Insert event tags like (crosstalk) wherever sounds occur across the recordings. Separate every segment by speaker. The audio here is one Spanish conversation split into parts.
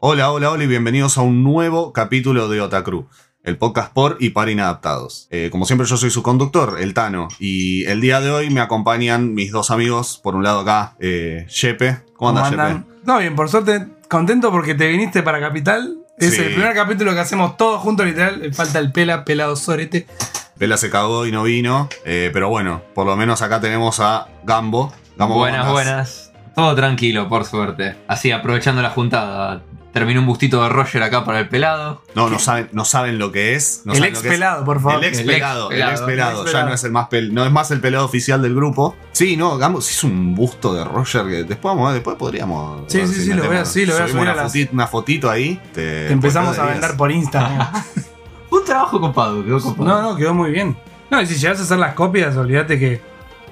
Speaker 1: Hola, hola, hola y bienvenidos a un nuevo capítulo de Otacru, el podcast por y para inadaptados. Eh, como siempre yo soy su conductor, el Tano, y el día de hoy me acompañan mis dos amigos, por un lado acá, eh, Yepe. ¿Cómo andas, Yepe?
Speaker 2: No, bien, por suerte, contento porque te viniste para Capital. Es
Speaker 1: Sí.
Speaker 2: el primer capítulo que hacemos todos juntos, literal. Falta el pela, pelado sorete.
Speaker 1: Vela se cagó y no vino, eh, pero bueno, por lo menos acá tenemos a Gambo. Gambo, ¿cómo
Speaker 3: buenas,
Speaker 1: andás?
Speaker 3: buenas. Todo tranquilo, por suerte. Así, aprovechando la juntada. Terminé un bustito de Roger acá para el pelado.
Speaker 1: No, no saben, no saben lo que es. no
Speaker 2: el
Speaker 1: saben
Speaker 2: ex
Speaker 1: lo que es.
Speaker 2: pelado, por favor.
Speaker 1: El ex
Speaker 3: El ex
Speaker 1: pelado, el
Speaker 3: pelado,
Speaker 1: ex pelado,
Speaker 2: el ex
Speaker 1: ya
Speaker 2: pelado.
Speaker 1: no es el más pel- no es más el pelado oficial del grupo. Sí, no, Gambo sí es un busto de Roger que después vamos a- después podríamos.
Speaker 2: Sí,
Speaker 1: ver
Speaker 2: sí, sí, lo voy a-
Speaker 1: metemos-
Speaker 2: sí, lo voy a
Speaker 1: subimos
Speaker 2: subir
Speaker 1: una,
Speaker 2: a las-
Speaker 1: foti- una fotito ahí. Te,
Speaker 2: Te empezamos a
Speaker 1: deberías.
Speaker 2: vender por Instagram.
Speaker 1: (laughs)
Speaker 3: Un trabajo copado, quedó copado.
Speaker 2: no, no, quedó muy bien. No, y si llegas a hacer las copias, olvídate que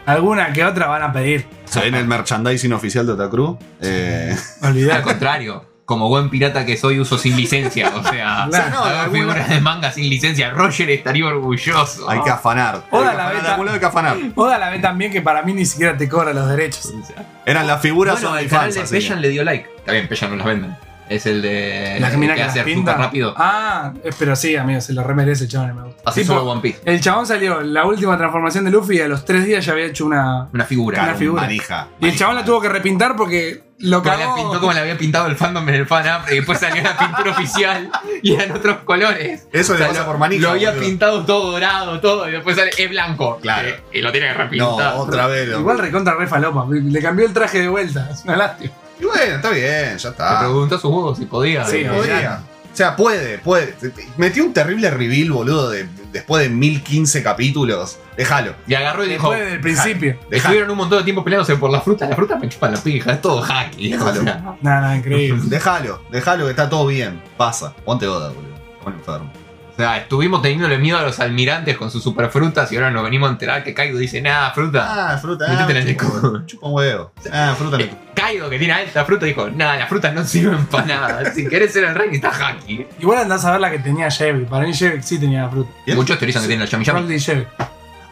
Speaker 2: alguna que otra van a pedir.
Speaker 1: Se ve en el merchandising oficial de Otacru. Eh, (laughs)
Speaker 3: Al
Speaker 2: Olvídate.
Speaker 3: contrario, como buen pirata que soy, uso sin licencia. O sea,
Speaker 2: Claro,
Speaker 1: no, de
Speaker 3: (laughs) hago
Speaker 1: algún
Speaker 3: figuras
Speaker 1: lado.
Speaker 3: de manga sin licencia. Roger estaría orgulloso.
Speaker 1: hay que afanar.
Speaker 2: Hola,
Speaker 1: Hay que
Speaker 2: la
Speaker 1: afanar,
Speaker 2: beta.
Speaker 1: de algún lado hay que afanar.
Speaker 2: Oda la ve también que para mí ni siquiera te cobra los derechos.
Speaker 3: O sea,
Speaker 1: Eran las figuras
Speaker 3: bueno,
Speaker 1: son
Speaker 3: el
Speaker 1: de
Speaker 3: canal
Speaker 1: fans.
Speaker 3: de
Speaker 1: así que-
Speaker 3: Pellan le dio like. Está bien, Pellan no las venden. Es el de.
Speaker 2: La
Speaker 3: el
Speaker 2: gemina que,
Speaker 3: Eh, que hace
Speaker 2: las pinta.
Speaker 3: súper rápido.
Speaker 2: Ah, eh, pero sí, amigo, se lo remerece el chabón, me gusta.
Speaker 3: Hace
Speaker 2: Sí,
Speaker 3: solo
Speaker 2: po-
Speaker 3: One Piece.
Speaker 2: el chabón salió en la última transformación de Luffy y a los tres días ya había hecho una.
Speaker 3: Una figura.
Speaker 1: Claro,
Speaker 2: una figura.
Speaker 1: manija,
Speaker 2: Y el
Speaker 1: manija.
Speaker 2: chabón la tuvo que repintar porque lo
Speaker 3: Como la
Speaker 2: cagó.
Speaker 3: pintó como la había pintado el fandom en el fan y después salió la pintura oficial (laughs) y eran otros colores.
Speaker 1: Eso
Speaker 3: O
Speaker 1: le
Speaker 3: sea,
Speaker 1: pasa
Speaker 3: lo-
Speaker 1: por manija.
Speaker 3: Lo había
Speaker 1: boludo.
Speaker 3: pintado todo dorado, todo, y después sale, es blanco.
Speaker 1: Claro.
Speaker 3: Eh, Y lo tiene que
Speaker 1: No,
Speaker 3: repintar.
Speaker 1: otra vez. lo-
Speaker 2: Igual recontra re falopa, le cambió el traje de vuelta, es una lástima.
Speaker 1: Y bueno, está bien, ya
Speaker 3: Le
Speaker 1: está.
Speaker 3: preguntó a sus huevos si podía.
Speaker 2: Sí,
Speaker 3: eh,
Speaker 2: obvio.
Speaker 1: Podría. O sea, puede, puede. Metió un terrible reveal, boludo, de- después de 1015 capítulos. Déjalo.
Speaker 3: y agarró y dijo.
Speaker 2: Después del principio.
Speaker 1: Dejá-
Speaker 3: Estuvieron un montón de tiempo peleándose por la fruta. La fruta me chupa la pija, es todo hack. y- o
Speaker 1: Déjalo.
Speaker 3: sea,
Speaker 2: Nada, nada, increíble.
Speaker 1: (laughs) Déjalo, déjalo que está todo bien. Pasa. Ponte Oda, boludo. Pon enfermo.
Speaker 3: o sea, estuvimos teniéndole miedo a los almirantes con sus superfrutas y ahora nos venimos a enterar que Kaido dice, nada, fruta.
Speaker 1: Ah, fruta. Ah,
Speaker 3: Metete en el
Speaker 1: chupa un
Speaker 3: culo.
Speaker 1: huevo, chupa un huevo. Ah, fruta. en el
Speaker 3: Eh, Kaido, que tiene alta fruta, dijo, nada, las frutas no sirven para nada. Si querés ser el rey, está hacky.
Speaker 2: Igual andás a ver la que tenía Jevik. Para mí Jevik sí tenía la fruta.
Speaker 1: ¿Quién?
Speaker 3: Muchos teorizan que tienen la Yami Yami.
Speaker 2: Goldie Jevik.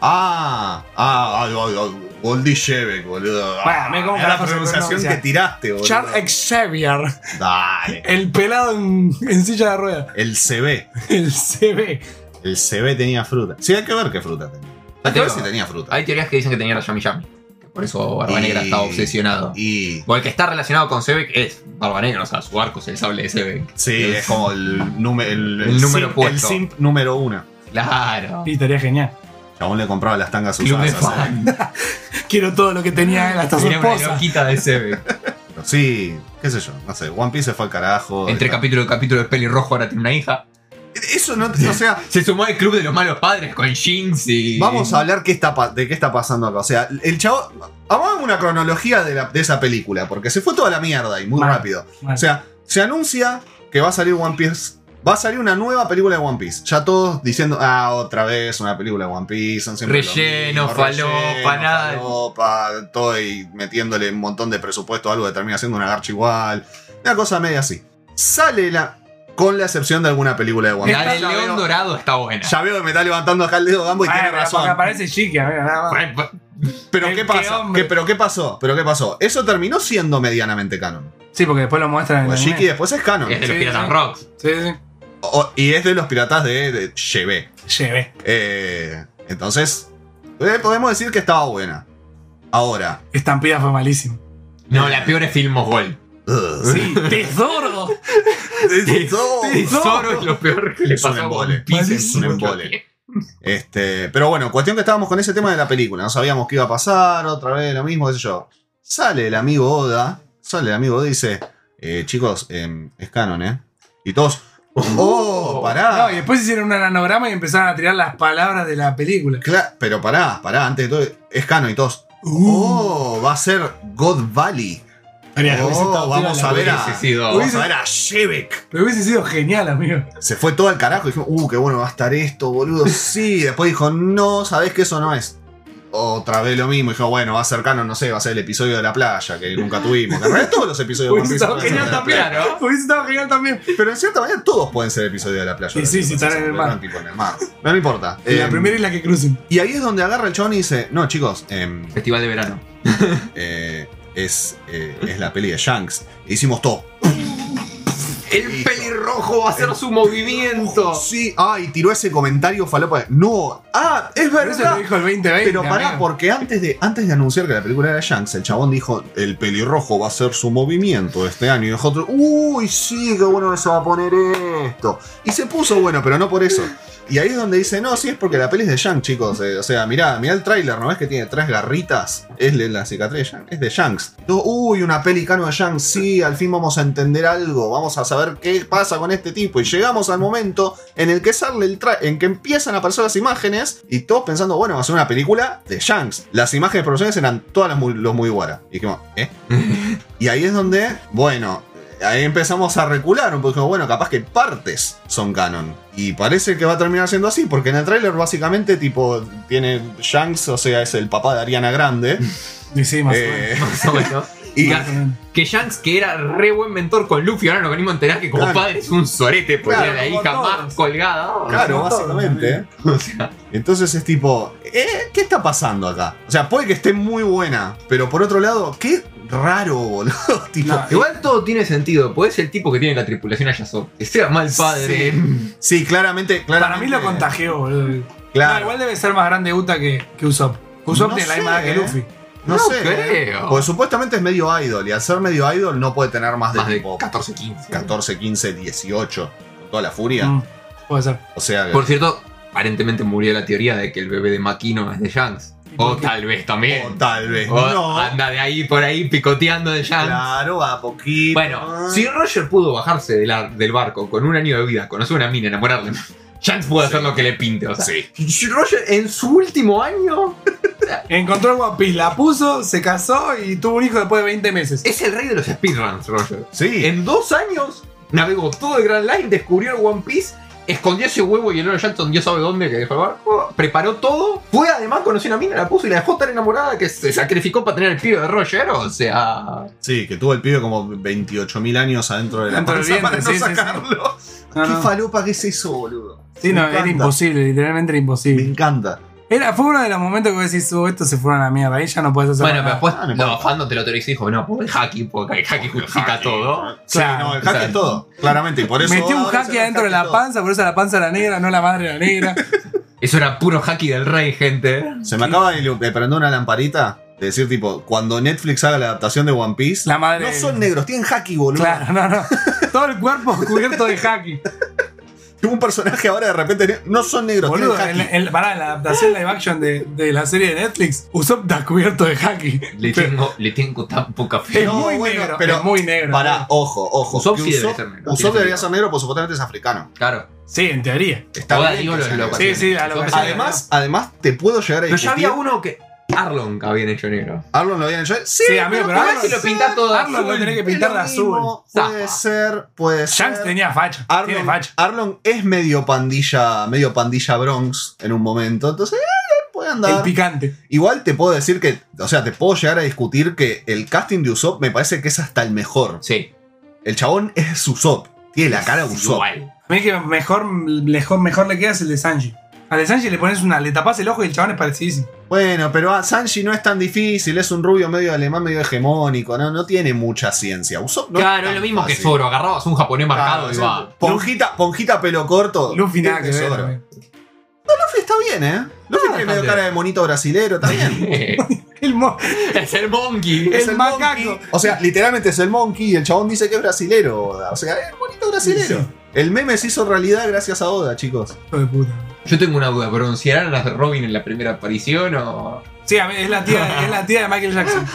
Speaker 1: Ah, ah, ay, ay, ay, Goldie Shevek, boludo.
Speaker 2: Bueno, mirá cómo
Speaker 1: Mirá la
Speaker 2: carajo se
Speaker 1: pronunciación
Speaker 2: pronuncia.
Speaker 1: que tiraste, boludo.
Speaker 3: eh,
Speaker 2: Charles Xavier,
Speaker 1: Dale.
Speaker 2: el pelado en, en silla de ruedas.
Speaker 1: El CB.
Speaker 2: El CB.
Speaker 1: El CB tenía fruta. Sí, hay que ver qué fruta tenía. Hay que ver si tenía fruta.
Speaker 3: Hay teorías que dicen que tenía la Yami Yami. que Por eso Barba
Speaker 1: Y-
Speaker 3: Negra está obsesionado.
Speaker 1: Y
Speaker 3: O el que está relacionado con Sebek es Barba Negra, o sea, su arco es el sable de Sebek.
Speaker 1: Sí, es como el, número el,
Speaker 3: El número
Speaker 1: simp,
Speaker 3: puesto.
Speaker 1: el simp número uno.
Speaker 3: Claro.
Speaker 2: Y estaría genial.
Speaker 1: Chabón le compraba las tangas
Speaker 3: Club de
Speaker 1: usadas. a Seba.
Speaker 3: fan.
Speaker 2: Quiero todo lo que tenía él, hasta su
Speaker 3: Era una
Speaker 2: esposa.
Speaker 3: loquita de
Speaker 1: (laughs)
Speaker 3: Sebek.
Speaker 1: Pero sí, qué sé yo, no sé. One Piece se fue al carajo.
Speaker 3: Entre
Speaker 1: Está-
Speaker 3: capítulo y capítulo de pelirrojo ahora tiene una hija.
Speaker 1: Eso no, o sea,
Speaker 3: Se sumó al club de los malos padres con Jinx y.
Speaker 1: vamos a hablar qué está, pa- de qué está pasando acá. O sea, el chabón, hagamos una cronología de, la- de esa película, porque se fue toda la mierda y muy
Speaker 2: Mal.
Speaker 1: rápido.
Speaker 2: Mal.
Speaker 1: O sea, se anuncia que va a salir One Piece. Va a salir una nueva película de One Piece. Ya todos diciendo, ah, otra vez una película de One Piece. Son siempre lo
Speaker 3: Relleno,
Speaker 1: mismo, relleno,
Speaker 3: falopa, nada.
Speaker 1: falopa, estoy metiéndole un montón de presupuesto a algo que termina siendo una garcha igual. Una cosa media así. Sale la. Con la excepción de alguna película de One
Speaker 3: La
Speaker 1: Piece.
Speaker 3: del
Speaker 1: Ya
Speaker 3: León
Speaker 1: veo-
Speaker 3: Dorado está buena.
Speaker 1: Ya veo que me está levantando acá el dedo Gambo y
Speaker 2: Bueno,
Speaker 1: tiene
Speaker 2: pero
Speaker 1: razón.
Speaker 2: Porque aparece Chiqui, amigo, nada más.
Speaker 1: Pero
Speaker 2: el
Speaker 1: ¿qué
Speaker 2: qué
Speaker 1: pasa?
Speaker 2: hombre.
Speaker 1: ¿Qué- ¿Pero qué pasó? ¿Pero qué pasó? Eso terminó siendo medianamente canon.
Speaker 2: Sí, porque después lo muestran en el
Speaker 1: Shiki
Speaker 2: anime.
Speaker 1: después es canon.
Speaker 3: Es de los
Speaker 2: Sí,
Speaker 3: Piratas
Speaker 2: sí.
Speaker 3: Rocks.
Speaker 2: Sí, sí.
Speaker 1: O- y es de los piratas de, de Cheve.
Speaker 2: Llevé.
Speaker 1: Eh, entonces, eh, podemos decir que estaba buena. Ahora,
Speaker 2: Estampida fue malísimo.
Speaker 3: No, la peor es Filmos Gol.
Speaker 1: ugh,
Speaker 2: (laughs) Sí, tesoro.
Speaker 1: Todo.
Speaker 3: (laughs) Tesoro es lo peor que le
Speaker 1: Es un
Speaker 3: pasó a
Speaker 1: embole.
Speaker 3: One Piece en
Speaker 1: Es un
Speaker 3: mucho
Speaker 1: embole.
Speaker 3: tiempo.
Speaker 1: Este, pero bueno, cuestión que estábamos con ese tema de la película. No sabíamos qué iba a pasar, otra vez lo mismo, qué sé yo. Sale el amigo Oda, sale el amigo Oda y dice, eh, chicos, em, es canon, ¿eh? Y todos, oh, pará.
Speaker 2: Uh. No, y después hicieron un ananograma y empezaron a tirar las palabras de la película.
Speaker 1: Cla- pero pará, pará, antes de todo, es canon y todos, oh, va a ser God Valley.
Speaker 2: Estaría- Uh. hubiese
Speaker 1: Oh,
Speaker 2: estado
Speaker 1: vamos
Speaker 2: tira
Speaker 1: a
Speaker 2: la-
Speaker 1: ver a,
Speaker 3: Hubiese sido-
Speaker 1: vamos a ver a Shebek.
Speaker 2: Pero hubiese sido genial, amigo.
Speaker 1: Se fue todo al carajo. Dijimos, uh, qué bueno va a estar esto,
Speaker 2: (laughs)
Speaker 1: boludo. Sí. Después dijo, no, sabés que eso no es. Otra vez lo mismo. Dijo, bueno, va a ser canon, no sé, va a ser el episodio de la playa que nunca tuvimos. Que en realidad todos los episodios de
Speaker 2: Uy,
Speaker 1: One Piece
Speaker 2: está
Speaker 1: van a ser
Speaker 2: genial
Speaker 1: de la
Speaker 2: también.
Speaker 1: playa.
Speaker 3: Claro.
Speaker 2: Hubiese estado genial también.
Speaker 1: Pero en cierta manera todos pueden ser episodios de la playa.
Speaker 2: Y sí, si están en el mar.
Speaker 1: Tipo, en el mar. No, no importa.
Speaker 2: Y la
Speaker 1: Em,
Speaker 2: primera es la que crucen.
Speaker 1: y ahí es donde agarra el chabón y dice, no, chicos, em,
Speaker 3: Festival de verano.
Speaker 1: eh, es, eh, es la peli de Shanks. E hicimos todo.
Speaker 3: El pelirrojo va a hacer su movimiento.
Speaker 1: Sí, ay, tiró ese comentario falopa. No, ah, es
Speaker 2: Pero eso lo
Speaker 1: verdad.
Speaker 2: dijo el 2020.
Speaker 1: Pero pará,
Speaker 2: amigo.
Speaker 1: porque antes de, antes de anunciar que la película era Shanks, el chabón dijo: El pelirrojo va a ser su movimiento este año. Y dejó otro: Uy, sí, qué bueno que se va a poner esto. Y se puso bueno, pero no por eso. Y ahí es donde dice: No, sí, es porque la peli es de Shanks, chicos. Eh, o sea, mirá, mirá el tráiler, ¿no ves que tiene tres garritas? Es de la cicatriz de Shanks, es de Shanks. Y todo, Uy, una peli cano de Shanks, sí, al fin vamos a entender algo, vamos a saber qué pasa con este tipo. Y llegamos al momento en el que sale el tra- en que empiezan a aparecer las imágenes y todos pensando, bueno, va a ser una película de Shanks. Las imágenes profesionales eran todas las muy, los muy guara. Y dijimos, ¿eh? y ahí es donde, bueno, ahí empezamos a recular un poco, bueno, capaz que partes son canon. Y parece que va a terminar siendo así, porque en el tráiler básicamente tipo tiene Shanks, o sea, es el papá de Ariana Grande.
Speaker 2: Y sí, (laughs) más o menos.
Speaker 1: Eh,
Speaker 3: Más o menos.
Speaker 2: (laughs)
Speaker 1: y
Speaker 3: Más o menos. Que Shanks, que era re buen mentor con Luffy, ahora nos venimos a enterar que como
Speaker 1: Claro.
Speaker 3: padre es un sorete, porque
Speaker 1: Claro,
Speaker 3: era la
Speaker 2: como
Speaker 3: hija
Speaker 2: todos.
Speaker 3: más colgada.
Speaker 1: Claro,
Speaker 2: Como todo,
Speaker 1: básicamente.
Speaker 2: (laughs)
Speaker 1: ¿eh? Entonces es tipo, ¿eh? ¿qué está pasando acá? O sea, puede que esté muy buena, pero por otro lado, qué raro, (laughs) boludo. tipo,
Speaker 2: No,
Speaker 3: Igual todo tiene sentido, porque es el tipo que tiene la tripulación a Yasuo. Que Sea mal padre.
Speaker 1: sí, claramente,
Speaker 2: Para mí
Speaker 1: claramente.
Speaker 2: lo contagió, boludo. No,
Speaker 1: Claro,
Speaker 2: igual debe ser más grande Uta que, que Usopp. Usopp
Speaker 1: No
Speaker 2: tiene la
Speaker 1: sé,
Speaker 2: misma edad que
Speaker 1: eh.
Speaker 2: Luffy.
Speaker 1: no,
Speaker 3: no
Speaker 1: sé.
Speaker 3: creo.
Speaker 1: ¿eh? Porque supuestamente es medio idol, y al ser medio idol no puede tener más de,
Speaker 3: Más de
Speaker 1: tipo
Speaker 3: 14, 15.
Speaker 1: 14, 15, 18, con toda la furia.
Speaker 2: Mm, puede ser.
Speaker 1: O sea, que-
Speaker 3: Por cierto, aparentemente murió la teoría de que el bebé de Makino es de Shanks.
Speaker 2: ¿Y por
Speaker 3: O
Speaker 2: qué?
Speaker 3: tal vez
Speaker 1: o
Speaker 3: también.
Speaker 1: tal vez
Speaker 3: O
Speaker 1: no.
Speaker 3: anda de ahí por ahí picoteando de Shanks.
Speaker 1: Claro, a poquito.
Speaker 3: Bueno, si Roger pudo bajarse de la- del barco con un año de vida, conocer una mina, enamorarle, Shanks pudo hacer lo que le pinte. O sea,
Speaker 1: Sí.
Speaker 3: Roger en su último año
Speaker 2: Encontró el One Piece, la puso, se casó y tuvo un hijo después de 20 meses.
Speaker 1: Eh,
Speaker 3: es el rey de los speedruns, Roger.
Speaker 1: Sí.
Speaker 3: En dos años navegó todo el Grand Line, descubrió el One Piece, escondió ese huevo y el oro Jackson, Dios sabe dónde, que dejó el barco, preparó todo, fue además, conoció una mina, la puso y la dejó tan enamorada que se sacrificó para tener el pibe de Roger. O sea,
Speaker 1: Sí, que tuvo el pibe como 28.000 años adentro de la
Speaker 2: Adentro del
Speaker 1: panza para
Speaker 2: vientre,
Speaker 1: no
Speaker 2: sí, sí, sí.
Speaker 1: sacarlo.
Speaker 2: No,
Speaker 1: ¿Qué
Speaker 2: no.
Speaker 1: falopa que es eso, boludo?
Speaker 2: Sí, no,
Speaker 1: Me
Speaker 2: era
Speaker 1: encanta.
Speaker 2: imposible, literalmente era
Speaker 1: Me
Speaker 2: imposible.
Speaker 1: encanta.
Speaker 2: Era, fue uno de los momentos que vos decís, "Uh, esto se fueron a la mierda, ahí ya no puedes hacer
Speaker 3: bueno, pero
Speaker 2: nada".
Speaker 3: después
Speaker 1: Ah, no
Speaker 3: no,
Speaker 1: importa.
Speaker 3: Fandom te lo autorizó y dijo, no, por el hacking, porque el hacking justifica todo.
Speaker 1: Sí,
Speaker 2: Claro.
Speaker 1: no, el hack es todo. Claramente, y por eso.
Speaker 2: Metió un
Speaker 1: ahora se
Speaker 2: jaque
Speaker 1: va a
Speaker 2: adentro de
Speaker 1: hack
Speaker 2: la
Speaker 1: todo.
Speaker 2: panza, por eso la panza era negra, no la madre
Speaker 1: (laughs)
Speaker 2: era negra.
Speaker 3: Eso era puro hacking del rey, gente.
Speaker 1: Se me acaba de, ilu- de prender una lamparita. De decir, tipo, cuando Netflix haga la adaptación de One Piece,
Speaker 2: La madre.
Speaker 1: no son negros, tienen hacky, boludo.
Speaker 2: Claro, no, no. Todo el cuerpo (laughs) cubierto de jaque.
Speaker 1: Tuvo un personaje ahora de repente, no son negros,
Speaker 2: Boludo,
Speaker 1: tienen
Speaker 2: en,
Speaker 1: hacky.
Speaker 2: en- pará, en la adaptación live action de, de la serie de Netflix, Usopp está cubierto de jaque.
Speaker 3: Le
Speaker 2: Pero-
Speaker 3: tengo, le tengo tan poca fe.
Speaker 2: (laughs) Es
Speaker 1: No,
Speaker 2: muy
Speaker 1: bueno,
Speaker 2: negro,
Speaker 1: pero
Speaker 2: es muy negro.
Speaker 1: Pará, ojo, ojo.
Speaker 3: Usopp
Speaker 1: que
Speaker 3: sí debe ser negro, tiene
Speaker 1: Usopp debería
Speaker 3: sentido.
Speaker 1: ser negro, porque supuestamente es africano.
Speaker 3: Claro.
Speaker 2: Sí, en teoría.
Speaker 1: Está
Speaker 3: Joda,
Speaker 1: bien
Speaker 3: digo
Speaker 1: que
Speaker 3: lo
Speaker 1: sea
Speaker 3: de
Speaker 1: negro.
Speaker 3: locaciones.
Speaker 2: Sí, sí, a locaciones.
Speaker 3: Son-
Speaker 1: Además, además, te puedo llegar a
Speaker 3: Pero
Speaker 1: discutir.
Speaker 3: ya había uno que Arlon habían hecho negro.
Speaker 1: Arlon lo habían hecho. Sí,
Speaker 2: Sí, amigo, pero
Speaker 3: Ahora
Speaker 2: Arlon,
Speaker 3: si lo pintas todo de
Speaker 2: Arlon lo
Speaker 3: azul.
Speaker 2: tenés que pintar de
Speaker 1: es lo
Speaker 2: azul.
Speaker 1: mismo, Puede
Speaker 3: Zapa.
Speaker 1: ser, puede
Speaker 2: Shanks
Speaker 1: ser.
Speaker 2: tenía facha. tiene
Speaker 1: Arlon,
Speaker 2: facha.
Speaker 1: Arlon es medio pandilla, medio pandilla Bronx en un momento, entonces eh, puede
Speaker 2: El
Speaker 1: andar.
Speaker 2: picante.
Speaker 1: Igual te puedo decir que, o sea, te puedo llegar a discutir que el casting de Usopp me parece que es hasta el mejor.
Speaker 3: Sí.
Speaker 1: El chabón es Usopp, tiene la cara de
Speaker 3: Es
Speaker 1: Usopp.
Speaker 3: igual.
Speaker 2: A mí que mejor, mejor, mejor le queda es el de Sanji. Al de Sanji le pones una, le tapas el ojo y el chabón es parecidísimo.
Speaker 1: Bueno, pero a Sanji no es tan difícil, es un rubio medio alemán, medio hegemónico, no, no tiene mucha ciencia. Usopp no
Speaker 3: claro,
Speaker 1: es
Speaker 3: es
Speaker 1: tan
Speaker 3: lo mismo que
Speaker 1: fácil.
Speaker 3: Zoro. Agarrabas un japonés marcado
Speaker 1: Claro,
Speaker 3: y
Speaker 1: sí.
Speaker 3: va.
Speaker 1: Ponjita, ponjita pelo corto.
Speaker 2: Luffy nada
Speaker 1: es
Speaker 2: que ver.
Speaker 1: Zoro.
Speaker 2: también.
Speaker 1: Luffy está bien, ¿eh? Luffy
Speaker 3: Ah,
Speaker 1: tiene medio
Speaker 3: bastante.
Speaker 1: cara de monito brasilero, está
Speaker 2: (laughs)
Speaker 1: bien.
Speaker 2: El mo-
Speaker 3: (laughs) es el monkey.
Speaker 2: Es-
Speaker 1: el
Speaker 2: macaco.
Speaker 1: monkey. O sea, literalmente es el monkey y el chabón dice que es brasilero, Oda. O sea, es bonito brasilero.
Speaker 2: Sí,
Speaker 1: El meme se hizo realidad gracias a Oda, chicos.
Speaker 2: Hijo de puta.
Speaker 3: Yo tengo una duda. ¿Pronunciarán las de Robin en la primera aparición o.?
Speaker 2: Sí, a mí, es la tía, es la tía de Michael
Speaker 3: (laughs)
Speaker 2: Jackson.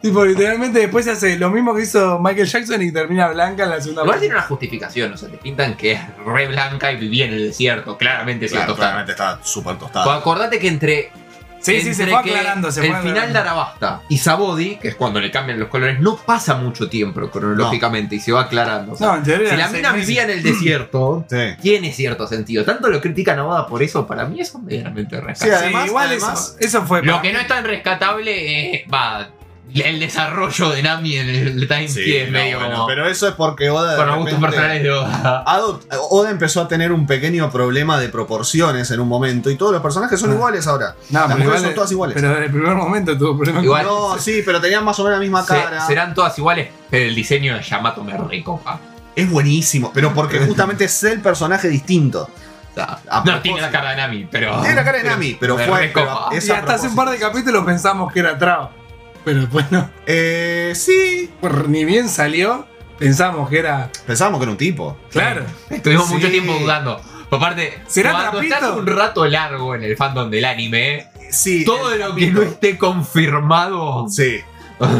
Speaker 2: tipo, literalmente después se hace lo mismo que hizo Michael Jackson y termina blanca en la segunda
Speaker 3: Igual
Speaker 2: parte.
Speaker 3: tiene una justificación. O sea, te pintan que es re blanca y vivía en el desierto. Claramente es cierto. está.
Speaker 1: está súper
Speaker 3: Pues acordate que entre
Speaker 2: Sí, sí, se
Speaker 3: entre
Speaker 2: fue
Speaker 3: que
Speaker 2: aclarando. Se
Speaker 3: el
Speaker 2: fue
Speaker 3: final de
Speaker 2: aclarando.
Speaker 3: Arabasta y Sabodi, que es cuando le cambian los colores, no pasa mucho tiempo cronológicamente y se va aclarando. O sea,
Speaker 2: No, en teoría.
Speaker 3: si la
Speaker 2: sí,
Speaker 3: mina
Speaker 2: sí.
Speaker 3: vivía en
Speaker 1: Mm.
Speaker 3: el desierto,
Speaker 1: Sí.
Speaker 3: tiene cierto sentido. Tanto lo critican a Oda por eso, para mí eso medianamente
Speaker 1: Sí,
Speaker 3: rescatable.
Speaker 2: Sí,
Speaker 1: Además-
Speaker 2: igual
Speaker 1: además-
Speaker 2: eso, eso fue.
Speaker 3: lo
Speaker 2: para-
Speaker 3: que no es tan rescatable es. Va, el desarrollo de Nami en el Time
Speaker 1: Sí,
Speaker 3: Key es
Speaker 1: no,
Speaker 3: medio
Speaker 1: bueno,
Speaker 3: como-
Speaker 1: pero eso es porque Oda. de
Speaker 3: con los gustos
Speaker 1: repente-
Speaker 3: personales de Oda.
Speaker 1: Ado- Oda empezó a tener un pequeño problema de proporciones en un momento y todos los personajes son
Speaker 2: Ah.
Speaker 1: iguales ahora.
Speaker 2: No,
Speaker 1: Las
Speaker 2: pero
Speaker 1: mujeres
Speaker 2: igual-
Speaker 1: son todas iguales.
Speaker 2: Pero desde el primer momento tuvo problemas.
Speaker 3: Igual-
Speaker 1: no, sí, pero tenían más o menos la misma
Speaker 3: Se-
Speaker 1: cara.
Speaker 3: serán todas iguales, pero el diseño de Yamato me recopa.
Speaker 1: Es buenísimo, pero porque justamente es el personaje distinto.
Speaker 3: O sea,
Speaker 1: A
Speaker 3: no tiene
Speaker 1: propósito.
Speaker 3: la cara de Nami, Ah, (laughs) pero.
Speaker 1: Tiene la cara de Nami, pero
Speaker 3: me
Speaker 1: fue.
Speaker 3: recopa.
Speaker 1: pero es
Speaker 2: Y
Speaker 1: a
Speaker 2: hasta hace un
Speaker 1: propósito.
Speaker 2: par de capítulos pensamos que era Trao. Pero después no.
Speaker 1: Eh, sí.
Speaker 2: Por- Ni bien salió, pensamos que era.
Speaker 1: Pensábamos que era un tipo.
Speaker 2: Claro.
Speaker 3: Estuvimos
Speaker 1: Sí.
Speaker 3: mucho tiempo dudando. Aparte,
Speaker 2: ¿Será
Speaker 3: cuando
Speaker 2: trapito?
Speaker 3: estás un rato largo en el fandom del anime,
Speaker 1: Sí.
Speaker 3: todo
Speaker 1: el
Speaker 3: lo que no esté confirmado. (laughs)
Speaker 1: Sí.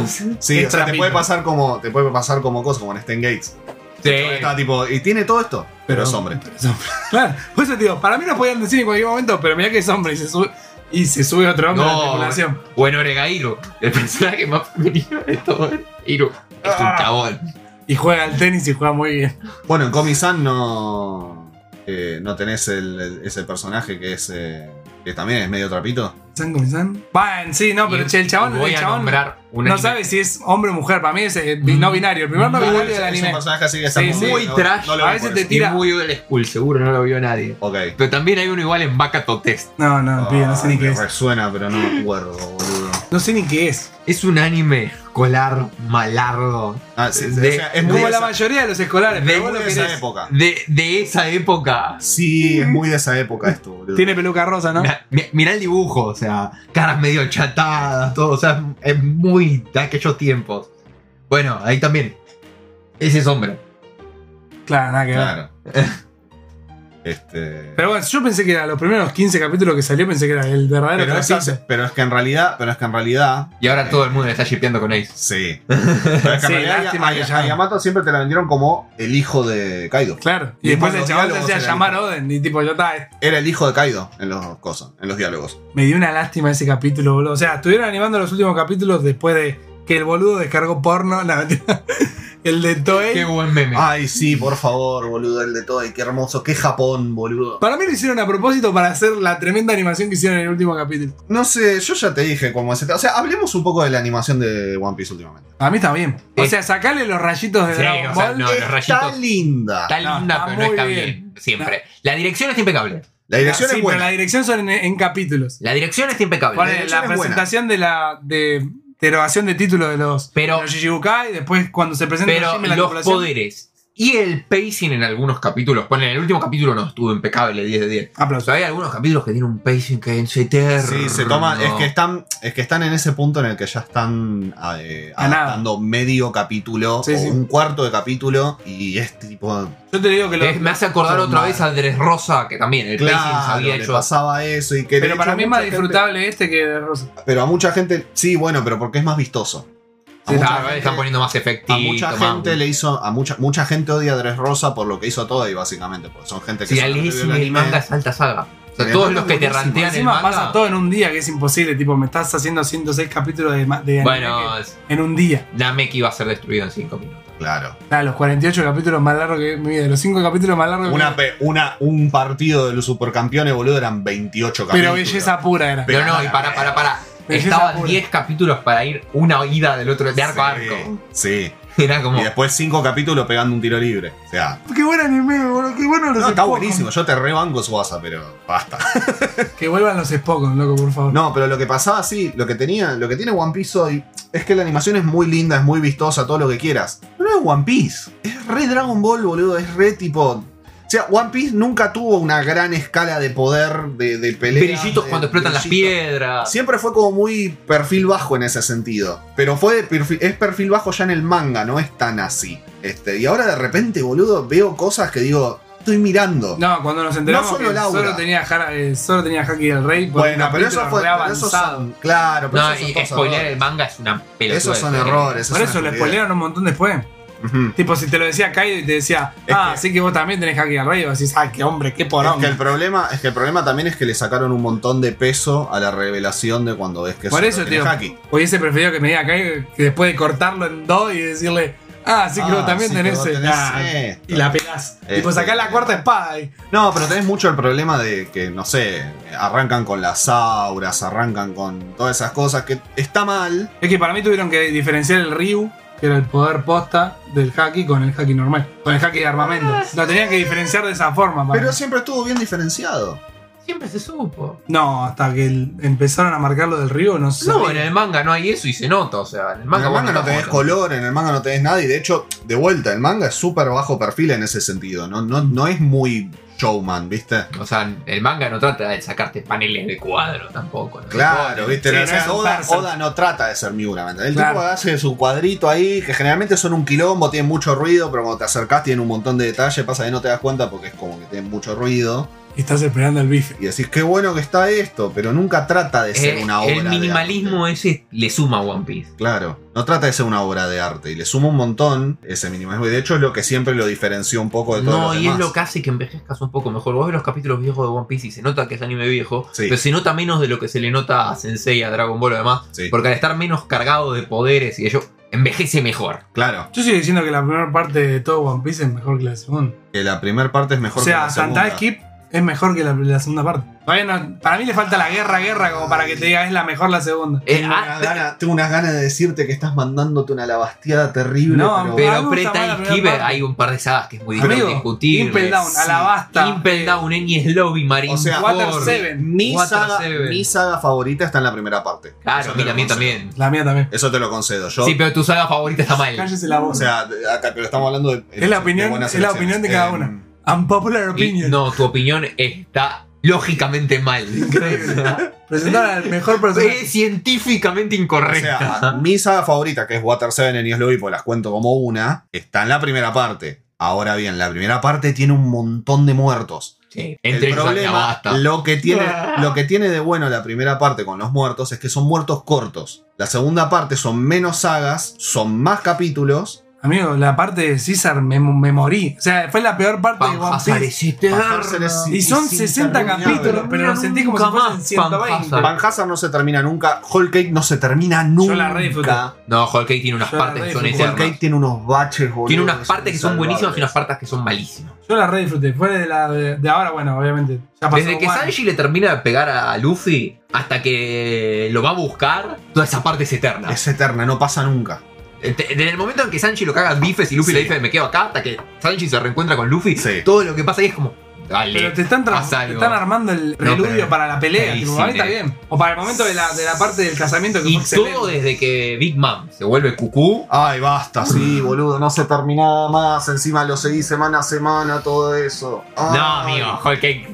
Speaker 1: Sí,
Speaker 2: Es
Speaker 1: o sea, te
Speaker 2: trapito.
Speaker 1: puede pastar como. Te puede pasar como cosas, como en Stan Gates. Estaba tipo, y tiene todo esto, pero, es hombre.
Speaker 2: pero es hombre. (laughs) Claro. Por eso, tío, para mí nos podían decir en cualquier momento, pero mirá que es hombre y se sube, y se sube otro hombre a la
Speaker 3: No.
Speaker 2: tripulación.
Speaker 3: Bueno, Orega Iru, el personaje más femenino de todo. Iru es un
Speaker 1: Ah.
Speaker 3: chabón.
Speaker 2: Y juega al tenis y juega muy bien.
Speaker 1: Bueno, en Comic-San no. eh, no tenés el- el- ese personaje que es. eh, que también es medio trapito.
Speaker 2: ¿San comenzan? Van, sí, no, pero
Speaker 3: Y
Speaker 2: che, el chabón,
Speaker 3: voy
Speaker 2: el
Speaker 3: a
Speaker 2: chabón
Speaker 3: nombrar un
Speaker 2: no
Speaker 3: anime
Speaker 2: sabe si es hombre o mujer. Para mí es eh, bi- no binario. El primer no
Speaker 3: Muy-
Speaker 2: binario
Speaker 1: es,
Speaker 2: del
Speaker 1: es un
Speaker 2: anime.
Speaker 1: personaje así que está
Speaker 2: Sí, sí.
Speaker 3: Muy
Speaker 1: no-
Speaker 3: trash.
Speaker 1: no lo
Speaker 2: A
Speaker 1: ven
Speaker 2: veces
Speaker 1: por
Speaker 2: te
Speaker 1: eso.
Speaker 3: y
Speaker 2: tira.
Speaker 3: muy old school, seguro no lo vio nadie.
Speaker 1: Ok.
Speaker 3: Pero también hay uno igual en Bacato Test.
Speaker 2: No, no, pibe, no sé ni
Speaker 1: Ah,
Speaker 2: qué
Speaker 1: me
Speaker 2: es.
Speaker 1: Resuena, pero no me acuerdo, boludo.
Speaker 2: No sé ni qué es.
Speaker 3: Es un anime escolar malardo
Speaker 1: Ah, sí, sí,
Speaker 3: De-
Speaker 1: o sea, es muy
Speaker 2: Como
Speaker 1: de
Speaker 2: la
Speaker 1: esa-
Speaker 2: mayoría de los escolares,
Speaker 3: de
Speaker 2: pero
Speaker 1: muy
Speaker 2: vos lo
Speaker 1: de esa
Speaker 2: querés.
Speaker 1: época.
Speaker 3: de, de esa época.
Speaker 1: Sí, es muy de esa época esto, boludo.
Speaker 2: Tiene peluca rosa, ¿no?
Speaker 3: Mirá, mi- mirá el dibujo, o sea, caras medio chatadas, todo, o sea, es muy de aquellos tiempos. Bueno, ahí también. Ese es hombre.
Speaker 2: Claro, nada que ver.
Speaker 1: (laughs) Claro. este.
Speaker 2: Pero bueno, yo pensé que a los primeros 15 capítulos que salió pensé que era el verdadero
Speaker 1: Pero es,
Speaker 2: trapito.
Speaker 1: pero es que en realidad, pero es que en realidad,
Speaker 3: Y ahora todo el mundo le está shippeando con Ace.
Speaker 1: (laughs) sí. Pero es que
Speaker 2: Sí,
Speaker 1: en realidad
Speaker 2: lástima
Speaker 1: a-
Speaker 2: que
Speaker 1: a-
Speaker 2: ya-
Speaker 1: a Yamato siempre te la vendieron como el hijo de Kaido.
Speaker 2: Claro. Y,
Speaker 1: Y
Speaker 2: después
Speaker 1: más
Speaker 2: el
Speaker 1: los
Speaker 2: chaval se
Speaker 1: diálogos
Speaker 2: hacía
Speaker 1: eran-
Speaker 2: llamar Oden y tipo, ya está. eh.
Speaker 1: Era el hijo de Kaido en los cosas, en los diálogos.
Speaker 2: Me dio una lástima ese capítulo, boludo. O sea, estuvieron animando los últimos capítulos después de que el boludo descargó porno. (laughs) La mentira. el de Toei.
Speaker 3: Qué buen meme.
Speaker 2: Ah,
Speaker 1: Ay, sí, por favor, boludo, el de Toei, qué hermoso, qué Japón, boludo.
Speaker 2: Para mí lo hicieron a propósito para hacer la tremenda animación que hicieron en el último capítulo.
Speaker 1: No sé, yo ya te dije cómo se tra- O sea, hablemos un poco de la animación de One Piece últimamente.
Speaker 2: A mí está bien. O
Speaker 3: Sí.
Speaker 2: sea, sacarle los rayitos de
Speaker 3: Sí,
Speaker 2: Dragon
Speaker 3: o sea,
Speaker 2: Ball.
Speaker 3: No, los
Speaker 1: está
Speaker 3: rayitos.
Speaker 1: linda.
Speaker 3: Está
Speaker 2: No,
Speaker 3: linda,
Speaker 2: está
Speaker 3: pero no
Speaker 2: muy
Speaker 3: está bien,
Speaker 2: bien.
Speaker 3: siempre. La dirección es impecable.
Speaker 1: La dirección
Speaker 2: Sí,
Speaker 1: es
Speaker 2: pero la
Speaker 1: buena.
Speaker 2: dirección son en, en capítulos.
Speaker 3: La dirección es impecable.
Speaker 2: Ponele,
Speaker 1: dirección
Speaker 2: la
Speaker 1: es buena.
Speaker 2: presentación de la de derogación de título de los,
Speaker 3: Pero-
Speaker 2: de los Shichibukai, después cuando se presenta
Speaker 3: Pero
Speaker 2: Jimmy en la
Speaker 3: los
Speaker 2: tripulación,
Speaker 3: poderes y el pacing en algunos capítulos. Ponen, en el último capítulo no estuvo impecable, 10 de 10. O
Speaker 2: Aplausos.
Speaker 3: sea, hay algunos capítulos que tienen un pacing que es eterno.
Speaker 1: Sí, se toma. Es que están. Es que están en ese punto en el que ya están eh,
Speaker 2: A nada.
Speaker 1: adaptando medio capítulo
Speaker 2: Sí,
Speaker 1: o
Speaker 2: sí.
Speaker 1: un cuarto de capítulo. Y es tipo.
Speaker 2: Yo te digo que los,
Speaker 3: Eh, me hace acordar
Speaker 2: son
Speaker 3: otra
Speaker 2: mal.
Speaker 3: vez a Andrés Rosa, que también el pacing se
Speaker 1: Claro,
Speaker 3: había
Speaker 1: le
Speaker 3: hecho.
Speaker 1: pasaba eso y que. de
Speaker 2: Pero
Speaker 1: hecho
Speaker 2: para
Speaker 1: a
Speaker 2: mí es
Speaker 1: mucha
Speaker 2: más
Speaker 1: gente-
Speaker 2: disfrutable este que de Rosa.
Speaker 1: pero a mucha gente. Sí, bueno, pero porque es más vistoso. A
Speaker 2: Sí,
Speaker 1: mucha
Speaker 3: Claro,
Speaker 1: gente-
Speaker 3: están poniendo más efectivo.
Speaker 1: A mucha gente le hizo. A mucha, mucha gente odia a Dress Rosa por lo que hizo Toei, básicamente. Porque son gente que
Speaker 3: Si la
Speaker 1: son
Speaker 3: lees
Speaker 1: medio
Speaker 3: en
Speaker 1: anime.
Speaker 3: el manga es alta saga. O sea,
Speaker 1: El
Speaker 3: todos
Speaker 1: manga
Speaker 3: los que te
Speaker 1: buenísimo.
Speaker 3: rantean el
Speaker 2: Encima pasa
Speaker 3: manga.
Speaker 2: todo en un día, que es imposible. Tipo, me estás haciendo 106 capítulos de, ma- de anime
Speaker 3: Bueno,
Speaker 2: que- en un día.
Speaker 3: Nameki va a ser destruido en 5 minutos.
Speaker 1: Claro.
Speaker 2: Ah, los 48 capítulos más largos que mi vida. Los 5 capítulos más largos
Speaker 1: Una,
Speaker 2: que
Speaker 1: pe- una, un partido de los supercampeones, boludo, eran 28
Speaker 2: Pero
Speaker 1: capítulos.
Speaker 2: belleza pura era.
Speaker 1: Pero eh,
Speaker 3: Pero no,
Speaker 1: nada,
Speaker 3: y para, para, para.
Speaker 2: Belleza
Speaker 3: Estaban
Speaker 2: pura.
Speaker 3: 10 capítulos para ir una ida del otro, de arco a
Speaker 1: Sí,
Speaker 3: arco.
Speaker 1: Sí.
Speaker 3: (laughs) Era como.
Speaker 1: Y después cinco capítulos pegando un tiro libre. O sea.
Speaker 2: Qué buen anime, boludo. Qué bueno los
Speaker 1: No, está
Speaker 2: Spokon.
Speaker 1: buenísimo. Yo te rebanco su asa, pero basta.
Speaker 2: Que vuelvan los Spokon, loco, por favor.
Speaker 1: No, pero lo que pasaba, sí, lo que tenía, lo que tiene One Piece hoy es que la animación es muy linda, es muy vistosa, todo lo que quieras. Pero no es One Piece. Es re Dragon Ball, boludo. Es re tipo. O sea, One Piece nunca tuvo una gran escala de poder, de, de pelea.
Speaker 3: Brillitos
Speaker 1: de-
Speaker 3: cuando explotan las
Speaker 1: brillitos.
Speaker 3: piedras.
Speaker 1: Siempre fue como muy perfil bajo en ese sentido. Pero fue de perfil- es perfil bajo ya en el manga, no es tan así. Este, y ahora de repente, boludo, veo cosas que digo, estoy mirando.
Speaker 2: No, cuando nos enteramos
Speaker 1: No solo
Speaker 2: que
Speaker 1: Laura.
Speaker 2: solo tenía, Jara- eh, solo tenía Haki del Rey. por
Speaker 1: bueno,
Speaker 2: un
Speaker 1: pero eso
Speaker 2: capítulo
Speaker 1: fue.
Speaker 2: re
Speaker 1: pero esos
Speaker 2: avanzado.
Speaker 1: son- claro, pero
Speaker 3: No,
Speaker 1: esos
Speaker 3: y
Speaker 1: son todos
Speaker 3: spoiler
Speaker 1: errores.
Speaker 3: el manga es una pelota.
Speaker 1: Esos son errores. esos
Speaker 2: Por
Speaker 1: son
Speaker 2: eso le
Speaker 1: estupidez.
Speaker 2: spoilearon un montón después.
Speaker 1: Ujú.
Speaker 2: Tipo, si te lo decía Kaido y te decía,
Speaker 1: Es
Speaker 2: ah,
Speaker 1: que-
Speaker 2: así que vos también tenés Haki del Rey, y vos decís, ah, qué hombre, qué
Speaker 1: Es que,
Speaker 2: poronga.
Speaker 1: el problema, es que el problema también es que le sacaron un montón de peso a la revelación de cuando ves que
Speaker 2: Por
Speaker 1: solo
Speaker 2: eso,
Speaker 1: tiene
Speaker 2: tío.
Speaker 1: Haki.
Speaker 2: Hubiese preferido que me diga Kaido que después de cortarlo en dos y decirle, Ah, así que
Speaker 1: Ah,
Speaker 2: vos también
Speaker 1: así que
Speaker 2: tenés.
Speaker 1: vos
Speaker 2: el-
Speaker 1: tenés Este.
Speaker 2: Ah,
Speaker 1: esto.
Speaker 2: y la pegás.
Speaker 1: Esto.
Speaker 2: Y pues sacás la cuarta espada ahí.
Speaker 1: No, pero tenés mucho el problema de que, no sé, arrancan con las auras, arrancan con todas esas cosas que está mal.
Speaker 2: Es que para mí tuvieron que diferenciar el Ryu, que era el poder posta del haki, con el haki normal. Con el haki de armamento. Lo tenían que diferenciar de esa forma. para
Speaker 1: Pero
Speaker 2: mí.
Speaker 1: siempre estuvo bien diferenciado.
Speaker 3: Siempre se supo.
Speaker 2: No, hasta que el- empezaron a marcar lo del Ryu, no sé.
Speaker 3: No, en el manga no hay eso y se nota, o sea, en el manga,
Speaker 1: en el
Speaker 3: vos
Speaker 1: manga no
Speaker 3: notas
Speaker 1: tenés
Speaker 3: mucho.
Speaker 1: color, en el manga no tenés nada. Y de hecho, de vuelta, el manga es súper bajo perfil en ese sentido. No, no, no es muy showman, ¿viste?
Speaker 3: O sea, el manga no trata de sacarte paneles de cuadro tampoco. ¿no?
Speaker 1: Claro, ¿viste?
Speaker 2: Sí,
Speaker 1: O
Speaker 2: no
Speaker 1: sea,
Speaker 2: es un
Speaker 1: Oda,
Speaker 2: Tarzan.
Speaker 1: Oda no trata de ser Miura, ¿me entendés? El
Speaker 2: Claro.
Speaker 1: tipo hace su cuadrito ahí, que generalmente son un quilombo, tienen mucho ruido, pero cuando te acercás tienen un montón de detalle, pasa que no te das cuenta porque es como que tienen mucho ruido.
Speaker 2: Y estás esperando el bife.
Speaker 1: Y decís, qué bueno que está esto, pero nunca trata de ser
Speaker 3: Eh,
Speaker 1: una obra.
Speaker 3: el
Speaker 1: de
Speaker 3: minimalismo
Speaker 1: arte.
Speaker 3: ese le suma a One Piece.
Speaker 1: Claro, no trata de ser una obra de arte y le suma un montón ese minimalismo. Y de hecho es lo que siempre lo diferenció un poco de todos
Speaker 3: No,
Speaker 1: los
Speaker 3: y
Speaker 1: Pues demás.
Speaker 3: es lo que hace que envejezcas un poco mejor. Vos ves los capítulos viejos de One Piece y se nota que es anime viejo,
Speaker 1: Sí.
Speaker 3: pero se nota menos de lo que se le nota a Sensei, a Dragon Ball o demás,
Speaker 1: Sí,
Speaker 3: porque al estar menos cargado de poderes y ello, envejece mejor.
Speaker 1: claro,
Speaker 2: Yo sigo diciendo que la primera parte de todo One Piece es mejor que la segunda.
Speaker 1: que la primera parte es mejor
Speaker 2: o
Speaker 1: que
Speaker 2: sea,
Speaker 1: la segunda.
Speaker 2: Santa Skip es mejor que la, la segunda parte. Todavía no- para mí le falta la guerra, guerra, como para que te diga es la mejor la segunda.
Speaker 3: Eh,
Speaker 1: Tengo,
Speaker 3: ah,
Speaker 1: unas ganas, tengo unas ganas de decirte que estás mandándote una lavasteada terrible.
Speaker 2: No,
Speaker 1: pero-
Speaker 2: pe-
Speaker 3: Pero
Speaker 2: me gusta más
Speaker 3: Preta
Speaker 2: la
Speaker 3: y
Speaker 2: primera
Speaker 3: Kiver
Speaker 2: parte.
Speaker 3: hay un par de sagas que es muy
Speaker 2: Amigo,
Speaker 3: difícil discutir.
Speaker 2: Impel Down, Alabasta,
Speaker 3: Impel Down, Enya Slowby, Marine
Speaker 1: o sea,
Speaker 2: Water
Speaker 3: Ford.
Speaker 2: Seven.
Speaker 1: mi,
Speaker 3: Water
Speaker 1: saga,
Speaker 3: Seven.
Speaker 1: mi saga favorita está en la primera parte.
Speaker 3: Claro,
Speaker 1: Eso
Speaker 3: a
Speaker 1: te
Speaker 3: mí
Speaker 1: lo
Speaker 3: también
Speaker 1: concedo.
Speaker 3: también.
Speaker 2: La mía también.
Speaker 1: Eso te lo concedo. Yo,
Speaker 3: Sí, pero tu saga favorita está mal.
Speaker 2: Cállese la boca.
Speaker 1: O sea, acá, pero estamos hablando de.
Speaker 2: Es la opinión-
Speaker 1: buenas
Speaker 2: es la
Speaker 1: elecciones.
Speaker 2: opinión de cada
Speaker 1: Eh,
Speaker 2: una. Unpopular
Speaker 3: Y-
Speaker 2: opinion.
Speaker 3: no, tu opinión está
Speaker 1: (laughs)
Speaker 3: lógicamente mal.
Speaker 2: Increíble. Presentar al mejor personaje.
Speaker 3: es científicamente
Speaker 1: O
Speaker 3: incorrecta.
Speaker 1: sea, mi saga favorita, que es Water 7 en Lobby, porque las cuento como una, está en la primera parte. Ahora bien, la primera parte tiene un montón de muertos.
Speaker 3: Sí, entre
Speaker 1: el
Speaker 3: ellos
Speaker 1: problema,
Speaker 3: Alabasta.
Speaker 1: lo que,
Speaker 2: (laughs)
Speaker 1: tiene, lo que tiene de bueno la primera parte con los muertos es que son muertos cortos. La segunda parte son menos sagas, son más capítulos.
Speaker 2: Amigo, la parte de César me, me morí. O sea, fue la peor parte de One
Speaker 3: Panhazar
Speaker 2: Piece.
Speaker 3: es eterno.
Speaker 1: Panhazar es-
Speaker 2: Y son
Speaker 1: sin
Speaker 2: 60
Speaker 1: terminar,
Speaker 2: capítulos,
Speaker 1: bro.
Speaker 2: pero lo sentí como si
Speaker 3: Nunca
Speaker 2: fuesen
Speaker 3: más
Speaker 2: 120.
Speaker 3: Panhazar.
Speaker 1: Van Hazard no se termina nunca, Whole Cake no se termina nunca.
Speaker 2: Yo la re disfruté.
Speaker 3: No, Whole Cake tiene unas
Speaker 2: Yo
Speaker 3: partes que
Speaker 2: la
Speaker 3: son
Speaker 2: re-
Speaker 1: Whole
Speaker 3: eternas.
Speaker 1: Cake tiene unos baches, boludo.
Speaker 3: Tiene unas partes que son buenísimas y unas
Speaker 1: insalvables.
Speaker 3: partes que son malísimas.
Speaker 2: Yo la re disfruté. Fue de la de, de ahora, bueno, obviamente. Ya pasó
Speaker 3: Desde que
Speaker 2: One.
Speaker 3: Sanji le termina de pegar a Luffy hasta que lo va a buscar, toda esa parte es eterna.
Speaker 1: Es eterna, no pasa nunca.
Speaker 3: Desde el momento en que Sanji lo caga a bifes y Luffy
Speaker 1: Sí.
Speaker 3: le dice me quedo acá, hasta que Sanji se reencuentra con Luffy,
Speaker 1: Sí.
Speaker 3: todo lo que pasa ahí es como, dale.
Speaker 2: Pero te están, tra-
Speaker 3: haz
Speaker 2: te
Speaker 3: algo.
Speaker 2: están armando el preludio
Speaker 3: pero-
Speaker 2: para la pelea.
Speaker 3: Sí,
Speaker 2: tipo,
Speaker 3: sí,
Speaker 2: para mí está
Speaker 3: eh.
Speaker 2: bien. O para el momento de la, de la parte del casamiento que
Speaker 3: y
Speaker 2: fue excelente.
Speaker 3: todo desde que Big Mom se vuelve cucú.
Speaker 1: Ay, basta, sí, boludo, no se terminaba más. Encima lo seguí semana a semana, todo eso. Ay,
Speaker 3: No, amigo, Whole Cake.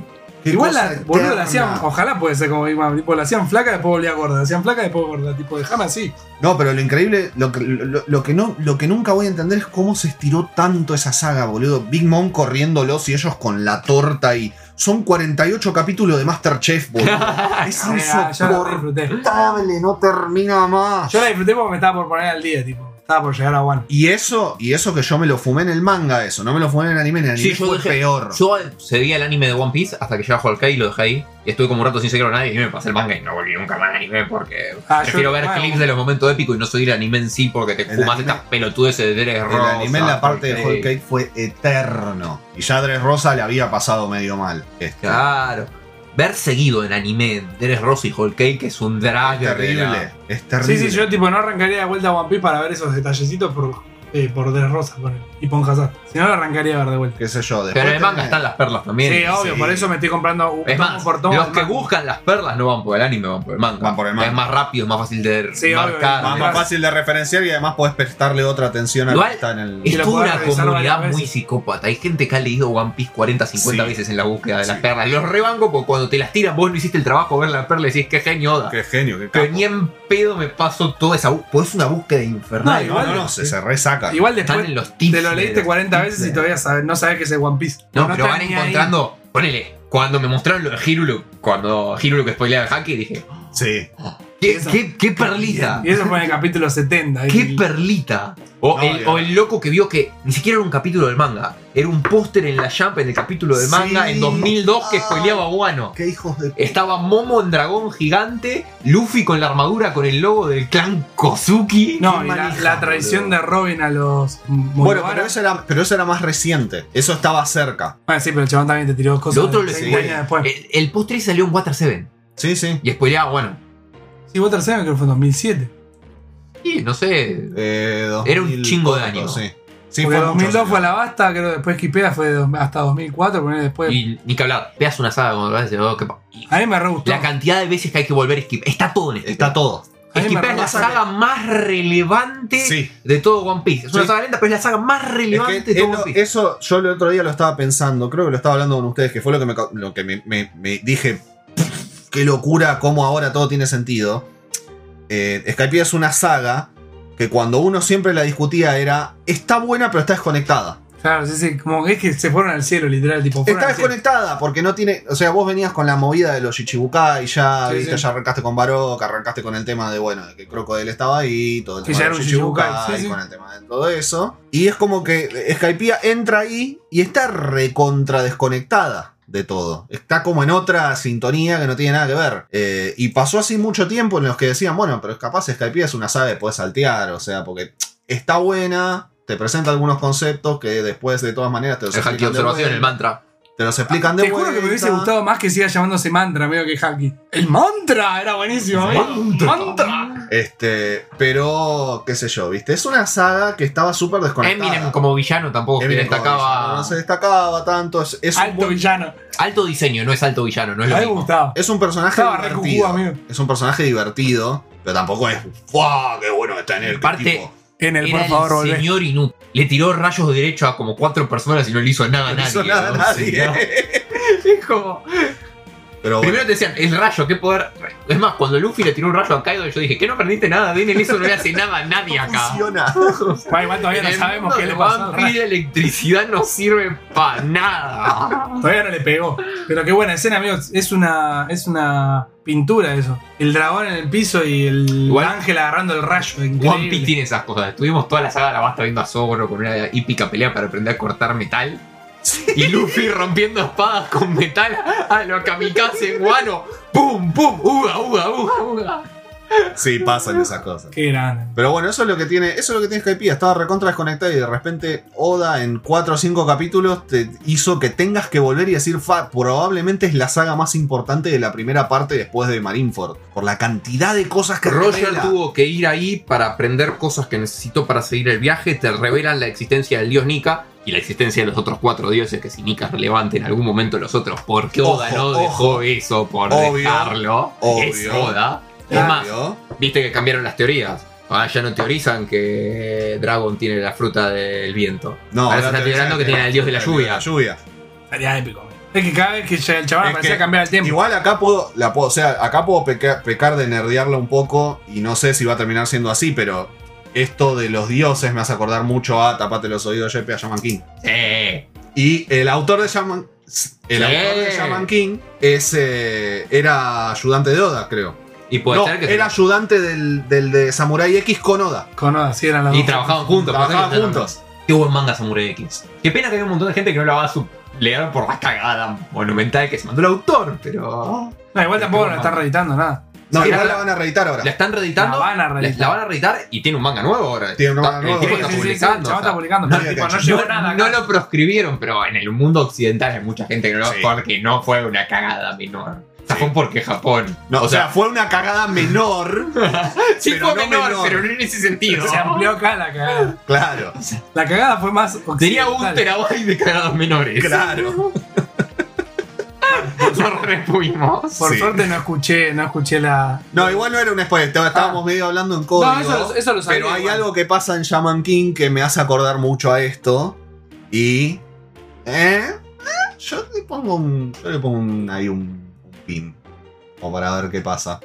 Speaker 1: qué
Speaker 2: Igual
Speaker 1: cosa
Speaker 2: la, boludo, la
Speaker 1: eterna.
Speaker 2: hacían, ojalá puede ser como Big Mom, tipo, la hacían flaca, después volvía gorda, la hacían flaca, después gorda, tipo, dejame así.
Speaker 1: No, pero lo increíble, lo que, lo, lo que no, lo que nunca voy a entender es cómo se estiró tanto esa saga, boludo. Big Mom corriéndolos y ellos con la torta y. Son 48 capítulos de Masterchef, boludo.
Speaker 3: (laughs)
Speaker 1: es
Speaker 2: Eh, ah, yo la
Speaker 1: insoportable,
Speaker 2: disfruté.
Speaker 1: no termina más.
Speaker 2: Yo la disfruté porque me estaba por poner al día, tipo, estaba por llegar a One.
Speaker 1: Y eso, y eso que yo me lo fumé en el manga, eso, no me lo fumé en el anime, en el anime
Speaker 3: Sí, yo
Speaker 1: fue
Speaker 3: dejé-
Speaker 1: peor.
Speaker 3: Yo seguía el anime de One Piece hasta que llegaba Whole Cake y lo dejé ahí. Y estuve como un rato sin seguirlo a nadie y me pasé el manga y no volví nunca más al anime porque
Speaker 2: Ah,
Speaker 3: prefiero
Speaker 2: yo-
Speaker 3: ver
Speaker 2: bueno.
Speaker 3: clips de los momentos épicos y no seguir el anime en sí porque te
Speaker 1: El
Speaker 3: fumas
Speaker 1: anime-
Speaker 3: estas pelotudeces de Derek
Speaker 1: El
Speaker 3: Rosa,
Speaker 1: anime en la parte de
Speaker 3: Whole
Speaker 1: Whole
Speaker 3: Cake.
Speaker 1: Cake fue eterno. Y ya a Rosa le había pasado medio mal. Este,
Speaker 3: Claro. Ver seguido en anime Deres Ross y Whole Cake es un drag
Speaker 1: es terrible. Es terrible.
Speaker 2: Sí, sí, yo tipo no arrancaría de vuelta a One Piece para ver esos detallecitos por, eh, por Dress Rosa con él y por Hazard. Si no, lo arrancaría a ver de vuelta.
Speaker 1: Qué sé yo. después
Speaker 3: Pero en el manga
Speaker 1: tenés-
Speaker 3: están las perlas también.
Speaker 2: sí, obvio,
Speaker 1: sí.
Speaker 2: por eso me estoy comprando un
Speaker 3: Es
Speaker 2: tomo
Speaker 3: más,
Speaker 2: por tomo
Speaker 3: los
Speaker 2: del
Speaker 3: que
Speaker 2: manga.
Speaker 3: buscan las perlas no van por el anime, van por el manga.
Speaker 1: Van por el manga.
Speaker 3: Es más rápido, es más fácil de
Speaker 2: Sí, obvio,
Speaker 3: marcar.
Speaker 1: Más, más fácil de referenciar y además podés prestarle otra atención a lo
Speaker 3: Igual-
Speaker 1: que está en el.
Speaker 2: Y
Speaker 3: Es
Speaker 2: lo
Speaker 3: toda
Speaker 2: podés revisar
Speaker 3: una
Speaker 2: varias
Speaker 3: comunidad
Speaker 2: veces.
Speaker 3: muy psicópata. Hay gente que ha leído One Piece 40, 50
Speaker 1: Sí.
Speaker 3: veces en la búsqueda de las
Speaker 1: Sí.
Speaker 3: perlas. Los rebanco porque cuando te las tiran, vos no hiciste el trabajo de ver la perla y decís, qué genio Oda.
Speaker 1: Qué genio, qué
Speaker 3: Pero
Speaker 1: capo.
Speaker 3: ni en pedo me paso toda esa búsqueda. Pues es una búsqueda infernal.
Speaker 2: No,
Speaker 1: No, no,
Speaker 2: igual-
Speaker 1: no, se, se resaca.
Speaker 2: Igual
Speaker 3: Están
Speaker 2: después
Speaker 3: en los tips.
Speaker 2: te lo
Speaker 3: de
Speaker 2: leíste
Speaker 3: los
Speaker 2: 40
Speaker 3: tips
Speaker 2: veces y
Speaker 3: de-
Speaker 2: todavía sabes- no sabes que es de One Piece.
Speaker 3: No, pero
Speaker 2: está
Speaker 3: van
Speaker 2: ni ahí.
Speaker 3: encontrando. Ponele. Cuando me mostraron lo de Hirulo, cuando Hirulo que spoilea el hacky, dije,
Speaker 1: Sí.
Speaker 3: ¿Qué, qué, qué perlita?
Speaker 2: Y eso fue en el capítulo 70.
Speaker 3: ¡Qué
Speaker 2: Y-
Speaker 3: perlita! O,
Speaker 1: No,
Speaker 3: el,
Speaker 1: ya.
Speaker 3: o el loco que vio que ni siquiera era un capítulo del manga, era un póster en la Jump en el capítulo del
Speaker 1: Sí.
Speaker 3: manga en 2002 que spoileaba a Guano.
Speaker 1: ¡Qué hijos de
Speaker 3: Estaba Momo en dragón gigante, Luffy con la armadura con el logo del clan Kozuki.
Speaker 2: No,
Speaker 1: qué
Speaker 2: y la,
Speaker 1: manija,
Speaker 2: la traición
Speaker 1: boludo.
Speaker 2: de Robin a los
Speaker 1: Bueno,
Speaker 2: Mugiwara.
Speaker 1: pero eso, era, pero eso era más reciente. Eso estaba cerca.
Speaker 2: Bueno, sí, pero el chabón también te tiró cosas
Speaker 3: Lo otro Eh, lo
Speaker 2: 30 años después.
Speaker 3: El, el postre salió en Water 7
Speaker 1: Sí, sí.
Speaker 3: y spoileaba, bueno,
Speaker 2: Sí, Water 7 creo que fue en 2007.
Speaker 3: sí, no sé.
Speaker 1: Eh,
Speaker 3: Era un
Speaker 1: 2000
Speaker 3: chingo de
Speaker 1: corto,
Speaker 3: años.
Speaker 1: Sí, sí
Speaker 2: Porque
Speaker 1: fue
Speaker 2: 2002
Speaker 1: mucho.
Speaker 2: fue la basta, creo que después Kipea fue dos- hasta 2004, ponele después.
Speaker 3: Y ni que hablar. Veas una saga como veas, oh, qué pa- y
Speaker 2: A mí me re gustó.
Speaker 3: La cantidad de veces que hay que volver a skip. Está todo en skip.
Speaker 1: Está todo.
Speaker 2: A mí me
Speaker 3: Skipper es la
Speaker 2: pasa
Speaker 3: saga más relevante
Speaker 1: Sí.
Speaker 3: de todo One Piece. Es una
Speaker 1: Sí.
Speaker 3: saga lenta, pero es la saga más
Speaker 1: Es
Speaker 3: relevante
Speaker 1: que
Speaker 3: de todo
Speaker 1: es
Speaker 3: One
Speaker 1: lo-
Speaker 3: Piece.
Speaker 1: eso yo el otro día lo estaba pensando, creo que lo estaba hablando con ustedes, que fue lo que me, ca- lo que me, me- me dije, qué locura, cómo ahora todo tiene sentido. Eh, Skypiea es una saga que cuando uno siempre la discutía era, está buena pero está desconectada.
Speaker 2: Claro, sí, sí. Como que es que se fueron al cielo, literal. Tipo, fueron
Speaker 1: Está
Speaker 2: al cielo.
Speaker 1: desconectada porque no tiene, o sea, vos venías con la movida de los Shichibukai, ya,
Speaker 2: Sí,
Speaker 1: viste,
Speaker 2: sí.
Speaker 1: ya arrancaste con Barok, arrancaste con el tema de, bueno, de que Crocodile estaba ahí, todo el
Speaker 2: Que
Speaker 1: tema
Speaker 2: ya
Speaker 1: de
Speaker 2: era
Speaker 1: los
Speaker 2: un Shichibukai,
Speaker 1: Shichibukai,
Speaker 2: sí, sí.
Speaker 1: con el tema de todo eso. Y es como que Skypiea entra ahí y está recontra desconectada de todo. Está como en otra sintonía que no tiene nada que ver. Eh, y pasó así mucho tiempo en los que decían, bueno, pero es capaz Skypiea es una saga que puedes saltear, o sea, porque está buena. Te presenta algunos conceptos que después de todas maneras te los
Speaker 3: El hack de
Speaker 1: explican de
Speaker 3: observación, el
Speaker 1: vuelta.
Speaker 3: mantra.
Speaker 1: Te los explican de
Speaker 2: Ah, Te juro que me
Speaker 1: vuelta.
Speaker 2: hubiese gustado más que siga llamándose Mantra, medio que Haki. ¡El Mantra! Era buenísimo, amigo.
Speaker 3: Mantra.
Speaker 2: ¡Mantra!
Speaker 1: Este, pero, qué sé yo, ¿viste? Es una saga que estaba súper desconectada.
Speaker 3: Eminem como villano tampoco
Speaker 1: Eminem
Speaker 3: que destacaba.
Speaker 1: Cowboy, No se destacaba tanto. Es, es un,
Speaker 2: Alto
Speaker 1: buen-
Speaker 2: villano.
Speaker 3: Alto diseño, no es alto villano, no es
Speaker 2: A
Speaker 3: lo
Speaker 2: mí me
Speaker 3: mismo.
Speaker 2: gustaba.
Speaker 1: es un personaje
Speaker 2: Estaba re
Speaker 1: divertido.
Speaker 2: cujú, amigo.
Speaker 1: es un personaje divertido, pero tampoco es ¡Wow! ¡Qué bueno que está en el
Speaker 3: Aparte-
Speaker 1: tipo".
Speaker 2: En el
Speaker 3: Era
Speaker 2: por favor,
Speaker 3: el
Speaker 2: volvé.
Speaker 3: señor inútil. Le tiró rayos de derecho a como cuatro personas y no le hizo nada a
Speaker 1: No
Speaker 3: nadie.
Speaker 1: hizo nada a
Speaker 3: ¿no?
Speaker 1: nadie. (laughs)
Speaker 3: Sí, ¿no?
Speaker 2: Es como-
Speaker 1: Pero bueno,
Speaker 3: Primero te decían, el rayo, qué poder. Es más, cuando Luffy le tiró un rayo a Kaido, yo dije, que no perdiste nada, Dine, eso no le hace nada a nadie acá.
Speaker 1: funciona.
Speaker 2: (laughs) Bueno, igual todavía
Speaker 3: En
Speaker 2: no
Speaker 3: el
Speaker 2: sabemos
Speaker 3: mundo
Speaker 2: qué
Speaker 3: de
Speaker 2: le pasó. al
Speaker 3: One
Speaker 2: Rayo.
Speaker 3: Piece, la electricidad no sirve para nada.
Speaker 2: Todavía no le pegó. Pero qué buena escena, amigos. Es una, es una pintura eso. El dragón en el piso y el
Speaker 3: Igual-
Speaker 2: ángel agarrando el rayo.
Speaker 3: One Piece
Speaker 2: Increíble.
Speaker 3: tiene esas cosas. Estuvimos toda la saga de la basta viendo a Zoro con una hípica pelea para aprender a cortar metal. Y Luffy rompiendo espadas con metal a lo kamikaze en guano. ¡Pum, pum! ¡Uga, uga, uga, uga!
Speaker 1: Sí, pasan esas cosas.
Speaker 2: Qué grande.
Speaker 1: Pero bueno, eso es lo que tiene, eso es lo que tiene Skypiea. Estaba recontra desconectada y de repente Oda en 4 o 5 capítulos te hizo que tengas que volver y decir, "Fa, probablemente es la saga más importante de la primera parte después de Marineford. Por la cantidad de cosas que
Speaker 3: Roger
Speaker 1: revela.
Speaker 3: tuvo que ir ahí para aprender cosas que necesitó para seguir el viaje. Te revelan la existencia del dios Nika y la existencia de los otros cuatro dioses, que si Nika es relevante en algún momento los otros, ¿por qué Oda
Speaker 1: Ojo,
Speaker 3: no dejó eso por
Speaker 1: Obvio.
Speaker 3: dejarlo? Es
Speaker 1: Obvio. Ah,
Speaker 3: Oda. Es más,
Speaker 1: Obvio.
Speaker 3: viste que cambiaron las teorías. Ahora ya no teorizan que Dragon tiene la fruta del viento.
Speaker 1: No,
Speaker 3: Ahora se
Speaker 1: ahora
Speaker 3: está
Speaker 1: te
Speaker 3: tirando
Speaker 1: dicen
Speaker 3: que tiene al dios de la lluvia.
Speaker 1: lluvia.
Speaker 2: Estaría épico. amigo. Es que cada vez que llega el chaval
Speaker 1: Es
Speaker 2: parecía
Speaker 1: que-
Speaker 2: cambiar el tiempo.
Speaker 1: Igual acá puedo, la puedo, o sea, acá puedo peca- pecar de nerdearla un poco y no sé si va a terminar siendo así, pero esto de los dioses me hace acordar mucho a Tapate los oídos, Jepe, a Shaman King.
Speaker 3: Eh,
Speaker 1: Y el autor de Shaman, el
Speaker 3: Sí.
Speaker 1: autor de Shaman King es, eh, era ayudante de Oda, creo.
Speaker 3: y puede
Speaker 1: no,
Speaker 3: ser que.
Speaker 1: era ayudante del, del de Samurai X con Oda.
Speaker 2: Con Oda, sí eran las
Speaker 3: Y
Speaker 2: dos.
Speaker 3: trabajaban juntos. puede ser que
Speaker 1: Trabajaban
Speaker 3: estén-
Speaker 1: juntos.
Speaker 3: Qué buen manga Samurai X. Qué pena que hay un montón de gente que no la va a suplear por la cagada monumental que se mandó el autor, pero.
Speaker 2: No, igual tampoco la están reeditando nada.
Speaker 1: No,
Speaker 3: Sí,
Speaker 1: igual
Speaker 3: ahora-
Speaker 1: la van a reeditar
Speaker 3: La
Speaker 1: ahora.
Speaker 3: están reeditando.
Speaker 2: La van a reeditar.
Speaker 3: La, la van a reeditar y tiene un manga nuevo ahora.
Speaker 1: Tiene un manga
Speaker 3: Está-
Speaker 1: nuevo.
Speaker 3: El tipo
Speaker 1: Sí,
Speaker 3: está
Speaker 1: sí, sí, sí,
Speaker 2: el chaval
Speaker 3: publicando. o sea,
Speaker 2: está publicando.
Speaker 1: no
Speaker 2: pero
Speaker 1: había
Speaker 2: tipo, no
Speaker 1: cancha.
Speaker 2: llegó
Speaker 3: no,
Speaker 2: nada.
Speaker 3: no
Speaker 2: acá.
Speaker 3: lo proscribieron, pero en el mundo occidental hay mucha gente que no lo
Speaker 1: Sí.
Speaker 3: porque no fue una cagada menor. O sea,
Speaker 1: Sí.
Speaker 3: fue porque Japón.
Speaker 1: No, o sea, fue una cagada menor.
Speaker 3: (laughs) sí
Speaker 1: pero
Speaker 3: fue
Speaker 1: no
Speaker 3: menor,
Speaker 1: menor.
Speaker 3: pero no en ese sentido.
Speaker 2: Se amplió acá la cagada.
Speaker 1: claro,
Speaker 2: La cagada fue más.
Speaker 3: (laughs) Tenía un
Speaker 2: occidental.
Speaker 3: terabyte de cagadas menores.
Speaker 1: claro.
Speaker 3: (laughs) Nos refuimos.
Speaker 2: Por
Speaker 1: Sí.
Speaker 2: suerte no escuché, no escuché la.
Speaker 1: No, igual no era un spoiler, estaba-
Speaker 3: Ah.
Speaker 1: estábamos medio hablando en código.
Speaker 2: No, eso, eso lo sabía.
Speaker 1: Pero hay
Speaker 2: igual.
Speaker 1: algo que pasa en Shaman King que me hace acordar mucho a esto. Y. ¿Eh? ¿Eh? Yo le pongo un. Yo le pongo un, ahí un, un pin. O para ver qué pasa.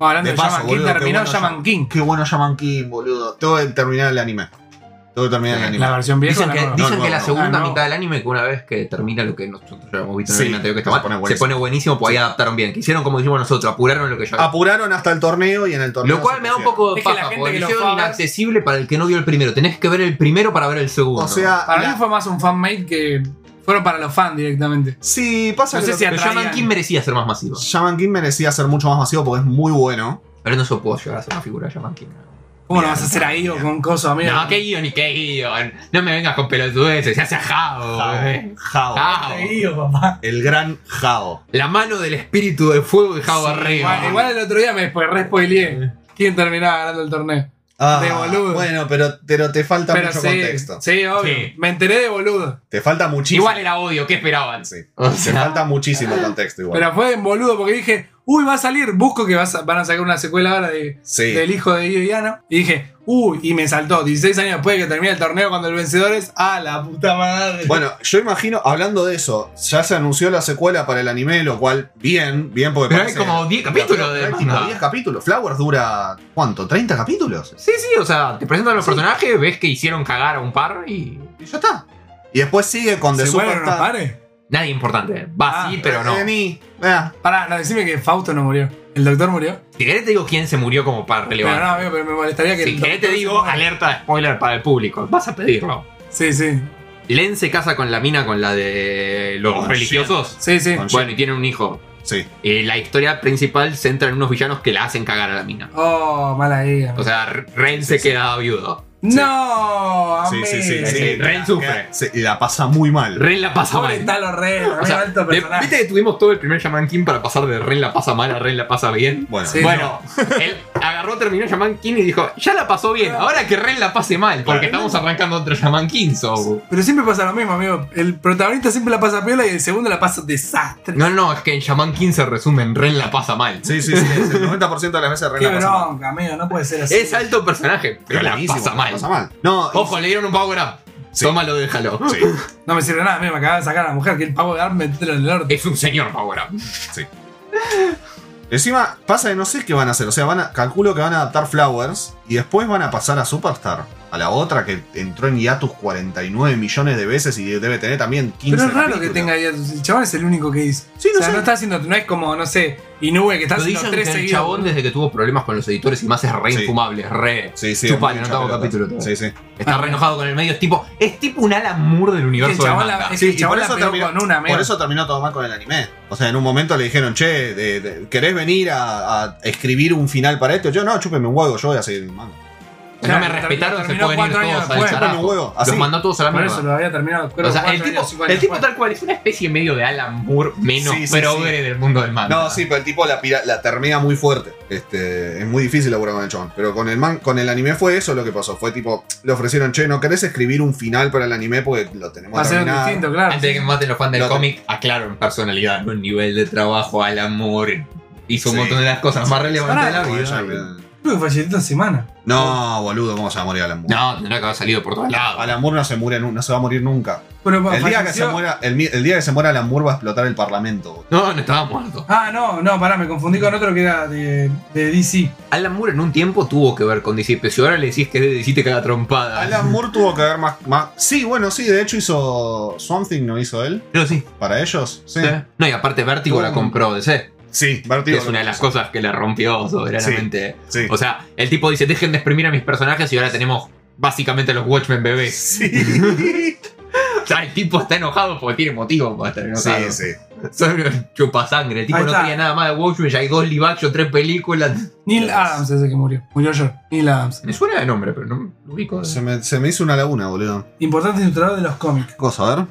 Speaker 2: Hablando
Speaker 1: de
Speaker 2: de,
Speaker 1: paso,
Speaker 2: Shaman King,
Speaker 1: boludo, qué
Speaker 2: terminó
Speaker 1: bueno
Speaker 2: Shaman King.
Speaker 1: Qué bueno Shaman King, boludo. Tengo que terminar el anime. Tengo que terminar el anime.
Speaker 2: La versión vieja.
Speaker 3: Dicen
Speaker 2: o la
Speaker 3: que,
Speaker 2: nueva?
Speaker 3: dicen
Speaker 1: No,
Speaker 3: que
Speaker 1: no,
Speaker 3: la
Speaker 1: no.
Speaker 3: segunda
Speaker 2: Ah, no.
Speaker 3: mitad del anime, que una vez que termina lo que nosotros ya hemos visto en
Speaker 1: Sí,
Speaker 3: el anime anterior que está
Speaker 1: se
Speaker 3: mal,
Speaker 1: pone
Speaker 3: se
Speaker 1: buenísimo.
Speaker 3: pone buenísimo, pues ahí adaptaron bien. Que hicieron como dijimos nosotros, apuraron lo que ya había.
Speaker 1: Apuraron hasta el torneo y en el torneo.
Speaker 3: Lo cual
Speaker 1: se
Speaker 3: me da un
Speaker 1: pusieron.
Speaker 3: poco de
Speaker 2: Es que la
Speaker 3: paja,
Speaker 2: gente
Speaker 3: porque
Speaker 2: que
Speaker 3: lo
Speaker 2: lo
Speaker 3: hicieron
Speaker 2: fue a ver-
Speaker 3: inaccesible para el que no vio el primero. Tenés que ver el primero para ver el segundo.
Speaker 1: O sea,
Speaker 2: Para
Speaker 1: la-
Speaker 2: mí fue más un fanmade que. Fueron para los fans directamente.
Speaker 1: sí, pasa
Speaker 2: No
Speaker 1: que
Speaker 2: sé
Speaker 1: lo-
Speaker 2: si
Speaker 3: pero Shaman
Speaker 2: atraían.
Speaker 3: King merecía ser más masivo.
Speaker 1: Shaman King merecía ser mucho más masivo porque es muy bueno.
Speaker 3: Pero no se puedo llegar a ser una figura de Shaman King.
Speaker 2: ¿Cómo lo vas a hacer ahí o con coso, amigo?
Speaker 3: No, qué guión y qué guión. No me vengas con pelotudeces, se hace a Jao. bebé.
Speaker 1: Jao.
Speaker 3: Jao.
Speaker 2: Seguido, papá.
Speaker 1: El gran Jao.
Speaker 3: La mano del espíritu de fuego de Jao arriba.
Speaker 2: Igual, igual el otro día me después respoileé. ¿Quién terminaba ganando el torneo?
Speaker 1: Ah,
Speaker 2: De boludo.
Speaker 1: Bueno, pero, pero te falta
Speaker 2: Pero
Speaker 1: mucho
Speaker 2: sí,
Speaker 1: contexto.
Speaker 2: sí, obvio.
Speaker 3: Sí.
Speaker 2: Me enteré de boludo.
Speaker 1: Te falta muchísimo.
Speaker 3: Igual era odio, ¿qué esperaban?
Speaker 1: Sí.
Speaker 3: O
Speaker 1: Te
Speaker 3: sea,
Speaker 1: falta
Speaker 3: Ah.
Speaker 1: muchísimo contexto igual.
Speaker 2: Pero fue en boludo porque dije, uy, va a salir. Busco que vas a- van a sacar una secuela ahora de,
Speaker 1: sí.
Speaker 2: del hijo de Guido y Ana. Y dije, uy, y me saltó. 16 años después de que termine el torneo cuando el vencedor es. ¡Ah, la puta madre!
Speaker 1: Bueno, yo imagino, hablando de eso, ya se anunció la secuela para el anime, lo cual, bien, bien, porque
Speaker 3: Pero hay
Speaker 1: parece-
Speaker 3: como 10 capítulos de
Speaker 1: Hay como
Speaker 3: manga.
Speaker 1: 10 capítulos. Flowers dura, ¿cuánto? ¿30 capítulos?
Speaker 3: Sí, sí, o sea, te presentan los personajes, ves que hicieron cagar a un par y.
Speaker 1: Y ya está. Y después sigue con The
Speaker 2: ¿Se mueren unos
Speaker 1: Superstar.
Speaker 2: pares?
Speaker 3: Nadie importante. Va
Speaker 2: Ah,
Speaker 3: sí, pero no.
Speaker 1: Vení, vea.
Speaker 2: Pará, no, decime que Fausto no murió. ¿El doctor murió?
Speaker 3: Si querés te digo quién se murió como para
Speaker 2: Pero no,
Speaker 3: relevar.
Speaker 2: amigo, pero me molestaría que.
Speaker 3: Si
Speaker 2: el
Speaker 3: querés te
Speaker 2: doctor se
Speaker 3: digo
Speaker 2: muera.
Speaker 3: alerta de spoiler para el público. Vas a pedirlo.
Speaker 2: Sí, sí.
Speaker 3: Len se casa con la mina con la de los
Speaker 1: Con
Speaker 3: religiosos.
Speaker 2: Sí, sí.
Speaker 1: Con-
Speaker 3: Bueno, y tienen un hijo.
Speaker 1: Sí.
Speaker 3: Eh, la historia principal se centra en unos villanos que la hacen cagar a la mina.
Speaker 2: Oh, mala idea.
Speaker 3: O sea, Ren se queda viudo.
Speaker 2: no,
Speaker 1: Sí,
Speaker 2: amigo.
Speaker 1: sí, sí,
Speaker 3: Sí,
Speaker 1: sí.
Speaker 3: Ren sufre.
Speaker 1: Eh, Sí, y la pasa muy mal.
Speaker 3: Ren la pasa
Speaker 2: Pobre
Speaker 3: mal.
Speaker 2: Talo Ren,
Speaker 3: O
Speaker 2: amigo,
Speaker 3: sea,
Speaker 2: alto
Speaker 3: de-
Speaker 2: personaje.
Speaker 3: Viste que tuvimos todo el primer Shaman King para pasar de Ren la pasa mal a Ren la pasa bien.
Speaker 1: Bueno,
Speaker 2: Sí.
Speaker 3: bueno, él agarró, terminó Shaman King y dijo, ya la pasó bien, ahora que Ren la pase mal, porque estamos arrancando otro Shaman King, so.
Speaker 2: Pero siempre pasa lo mismo, amigo. El protagonista siempre la pasa piola y el segundo la pasa desastre.
Speaker 3: No, no, es que en Shaman King se resume en Ren la pasa mal.
Speaker 1: sí, sí, sí. es El 90% de las veces Ren
Speaker 2: Qué
Speaker 1: la pasa mal.
Speaker 2: bronca, amigo, no puede ser así.
Speaker 3: Es alto personaje, pero la
Speaker 1: Buenísimo,
Speaker 3: pasa mal.
Speaker 1: No, y-
Speaker 3: Ojo, le dieron un power up.
Speaker 1: Sí.
Speaker 3: Tómalo, déjalo.
Speaker 1: Sí,
Speaker 2: No me sirve nada, amigo, me acaba de sacar a la mujer que el pavo de arma me tira en el norte.
Speaker 3: Es un señor power up.
Speaker 1: sí. Encima, pasa que no sé qué van a hacer. O sea, van a, calculo que van a adaptar Flowers y después van a pasar a Superstar. A la otra que entró en hiatus 49 millones de veces y debe tener también 15
Speaker 2: Pero es raro que
Speaker 1: capítulos.
Speaker 2: tenga ya. El chaval es el único que hizo.
Speaker 1: Sí, no
Speaker 2: o sea,
Speaker 1: sé.
Speaker 2: no está haciendo. No es como, no sé, Inúe que está
Speaker 3: Lo
Speaker 2: haciendo
Speaker 3: dicen que
Speaker 2: tres
Speaker 3: el
Speaker 2: seguidos.
Speaker 3: chabón desde que tuvo problemas con los editores y más es re
Speaker 1: Sí.
Speaker 3: infumable, es re...
Speaker 1: Sí, sí.
Speaker 3: Chupale,
Speaker 1: mucha
Speaker 3: no tengo
Speaker 1: pelota.
Speaker 3: capítulo
Speaker 1: Sí,
Speaker 3: todavía.
Speaker 1: sí.
Speaker 3: Está
Speaker 2: Ah.
Speaker 3: re enojado con el medio, es tipo... Es tipo un Alan Moore
Speaker 2: Es
Speaker 3: del
Speaker 2: que el
Speaker 3: universo del
Speaker 2: chabón la,
Speaker 3: manga.
Speaker 2: es que el
Speaker 1: Sí, y
Speaker 2: chabón
Speaker 1: por
Speaker 2: la
Speaker 1: eso
Speaker 2: pegó
Speaker 1: terminó-
Speaker 2: con una, amigo.
Speaker 1: Por eso terminó todo mal con el anime. O sea, en un momento le dijeron, che, de- de- ¿querés venir a, a escribir un final para esto? Yo, no, chúpeme un huevo, yo voy a seguir el manga.
Speaker 3: no me
Speaker 2: Claro,
Speaker 3: respetaron, se
Speaker 2: terminó
Speaker 3: pueden ir
Speaker 2: cuatro años
Speaker 3: todos al
Speaker 2: después.
Speaker 1: Chúpeme un
Speaker 3: carajo.
Speaker 1: huevo, así.
Speaker 3: Los mandó todos a la
Speaker 2: Por
Speaker 3: mierda.
Speaker 2: eso lo había terminado. creo,
Speaker 3: O sea,
Speaker 2: cuatro
Speaker 3: el
Speaker 2: años,
Speaker 3: tipo,
Speaker 2: cinco
Speaker 3: el
Speaker 2: años
Speaker 3: tipo
Speaker 2: después.
Speaker 3: tal cual es una especie medio de Alan Moore menos
Speaker 1: Sí, sí,
Speaker 3: progre del mundo del manga.
Speaker 1: No, sí, pero el tipo la, pira- la termina muy fuerte. Este, es muy difícil laburar con el chabón. Pero con el, man, con el anime fue eso lo que pasó. Fue tipo, le ofrecieron, che, ¿no querés escribir un final para el anime? Porque lo tenemos
Speaker 2: Va a ser un
Speaker 1: terminado".
Speaker 2: distinto, claro.
Speaker 3: Antes de que me maten los fans del
Speaker 1: No te-
Speaker 3: cómic, aclaro en personalidad, no en nivel de trabajo, Alan Moore hizo un
Speaker 1: Sí.
Speaker 3: montón de las cosas más relevantes de la
Speaker 1: Como ella,
Speaker 3: vida.
Speaker 2: Creo que falleció esta semana.
Speaker 1: No, boludo, ¿cómo se va a morir Alan Moore?
Speaker 3: No, tendrá que haber salido por todos lados.
Speaker 1: Alan Moore no se, muere, nu- no se va a morir nunca.
Speaker 2: Bueno,
Speaker 1: El día, que se
Speaker 2: falleció-
Speaker 1: muera, el, mi- el día que se muera Alan Moore va a explotar el parlamento. boludo.
Speaker 3: No, no estaba muerto.
Speaker 2: Ah, no, no, pará, me confundí con otro que era de, de DC.
Speaker 3: Alan Moore en un tiempo tuvo que ver con DC, pero si ahora le decís que es de DC te caga trompada.
Speaker 1: Alan Moore tuvo que ver más, más- Sí, bueno, sí, de hecho hizo Something, ¿no hizo él?
Speaker 3: Pero sí.
Speaker 1: ¿Para ellos? Sí. Uh.
Speaker 3: sí. ¿Eh? No, y aparte Vértigo la compró DC,
Speaker 1: Sí,
Speaker 3: que
Speaker 1: Vertigo.
Speaker 3: es una de las cosas que le rompió soberanamente.
Speaker 1: Sí.
Speaker 3: O sea, el tipo dice, dejen de exprimir a mis personajes y ahora tenemos básicamente a los Watchmen bebés.
Speaker 1: (laughs) Sí.
Speaker 3: O sea, el tipo está enojado porque tiene motivo para estar enojado.
Speaker 1: sí, sí.
Speaker 3: Solo chupa sangre. El tipo
Speaker 2: Ahí
Speaker 3: no
Speaker 2: está.
Speaker 3: quería nada más de Watchmen, ya hay dos live action, tres películas.
Speaker 2: Neil
Speaker 1: Dios.
Speaker 2: Adams es el que murió. Murió yo. Neil Adams.
Speaker 3: Me suena de nombre, pero no lo ubico.
Speaker 1: Se me, se me hizo una laguna, boludo.
Speaker 2: Importante ilustrador de los cómics.
Speaker 1: ¿Qué cosa? A ver.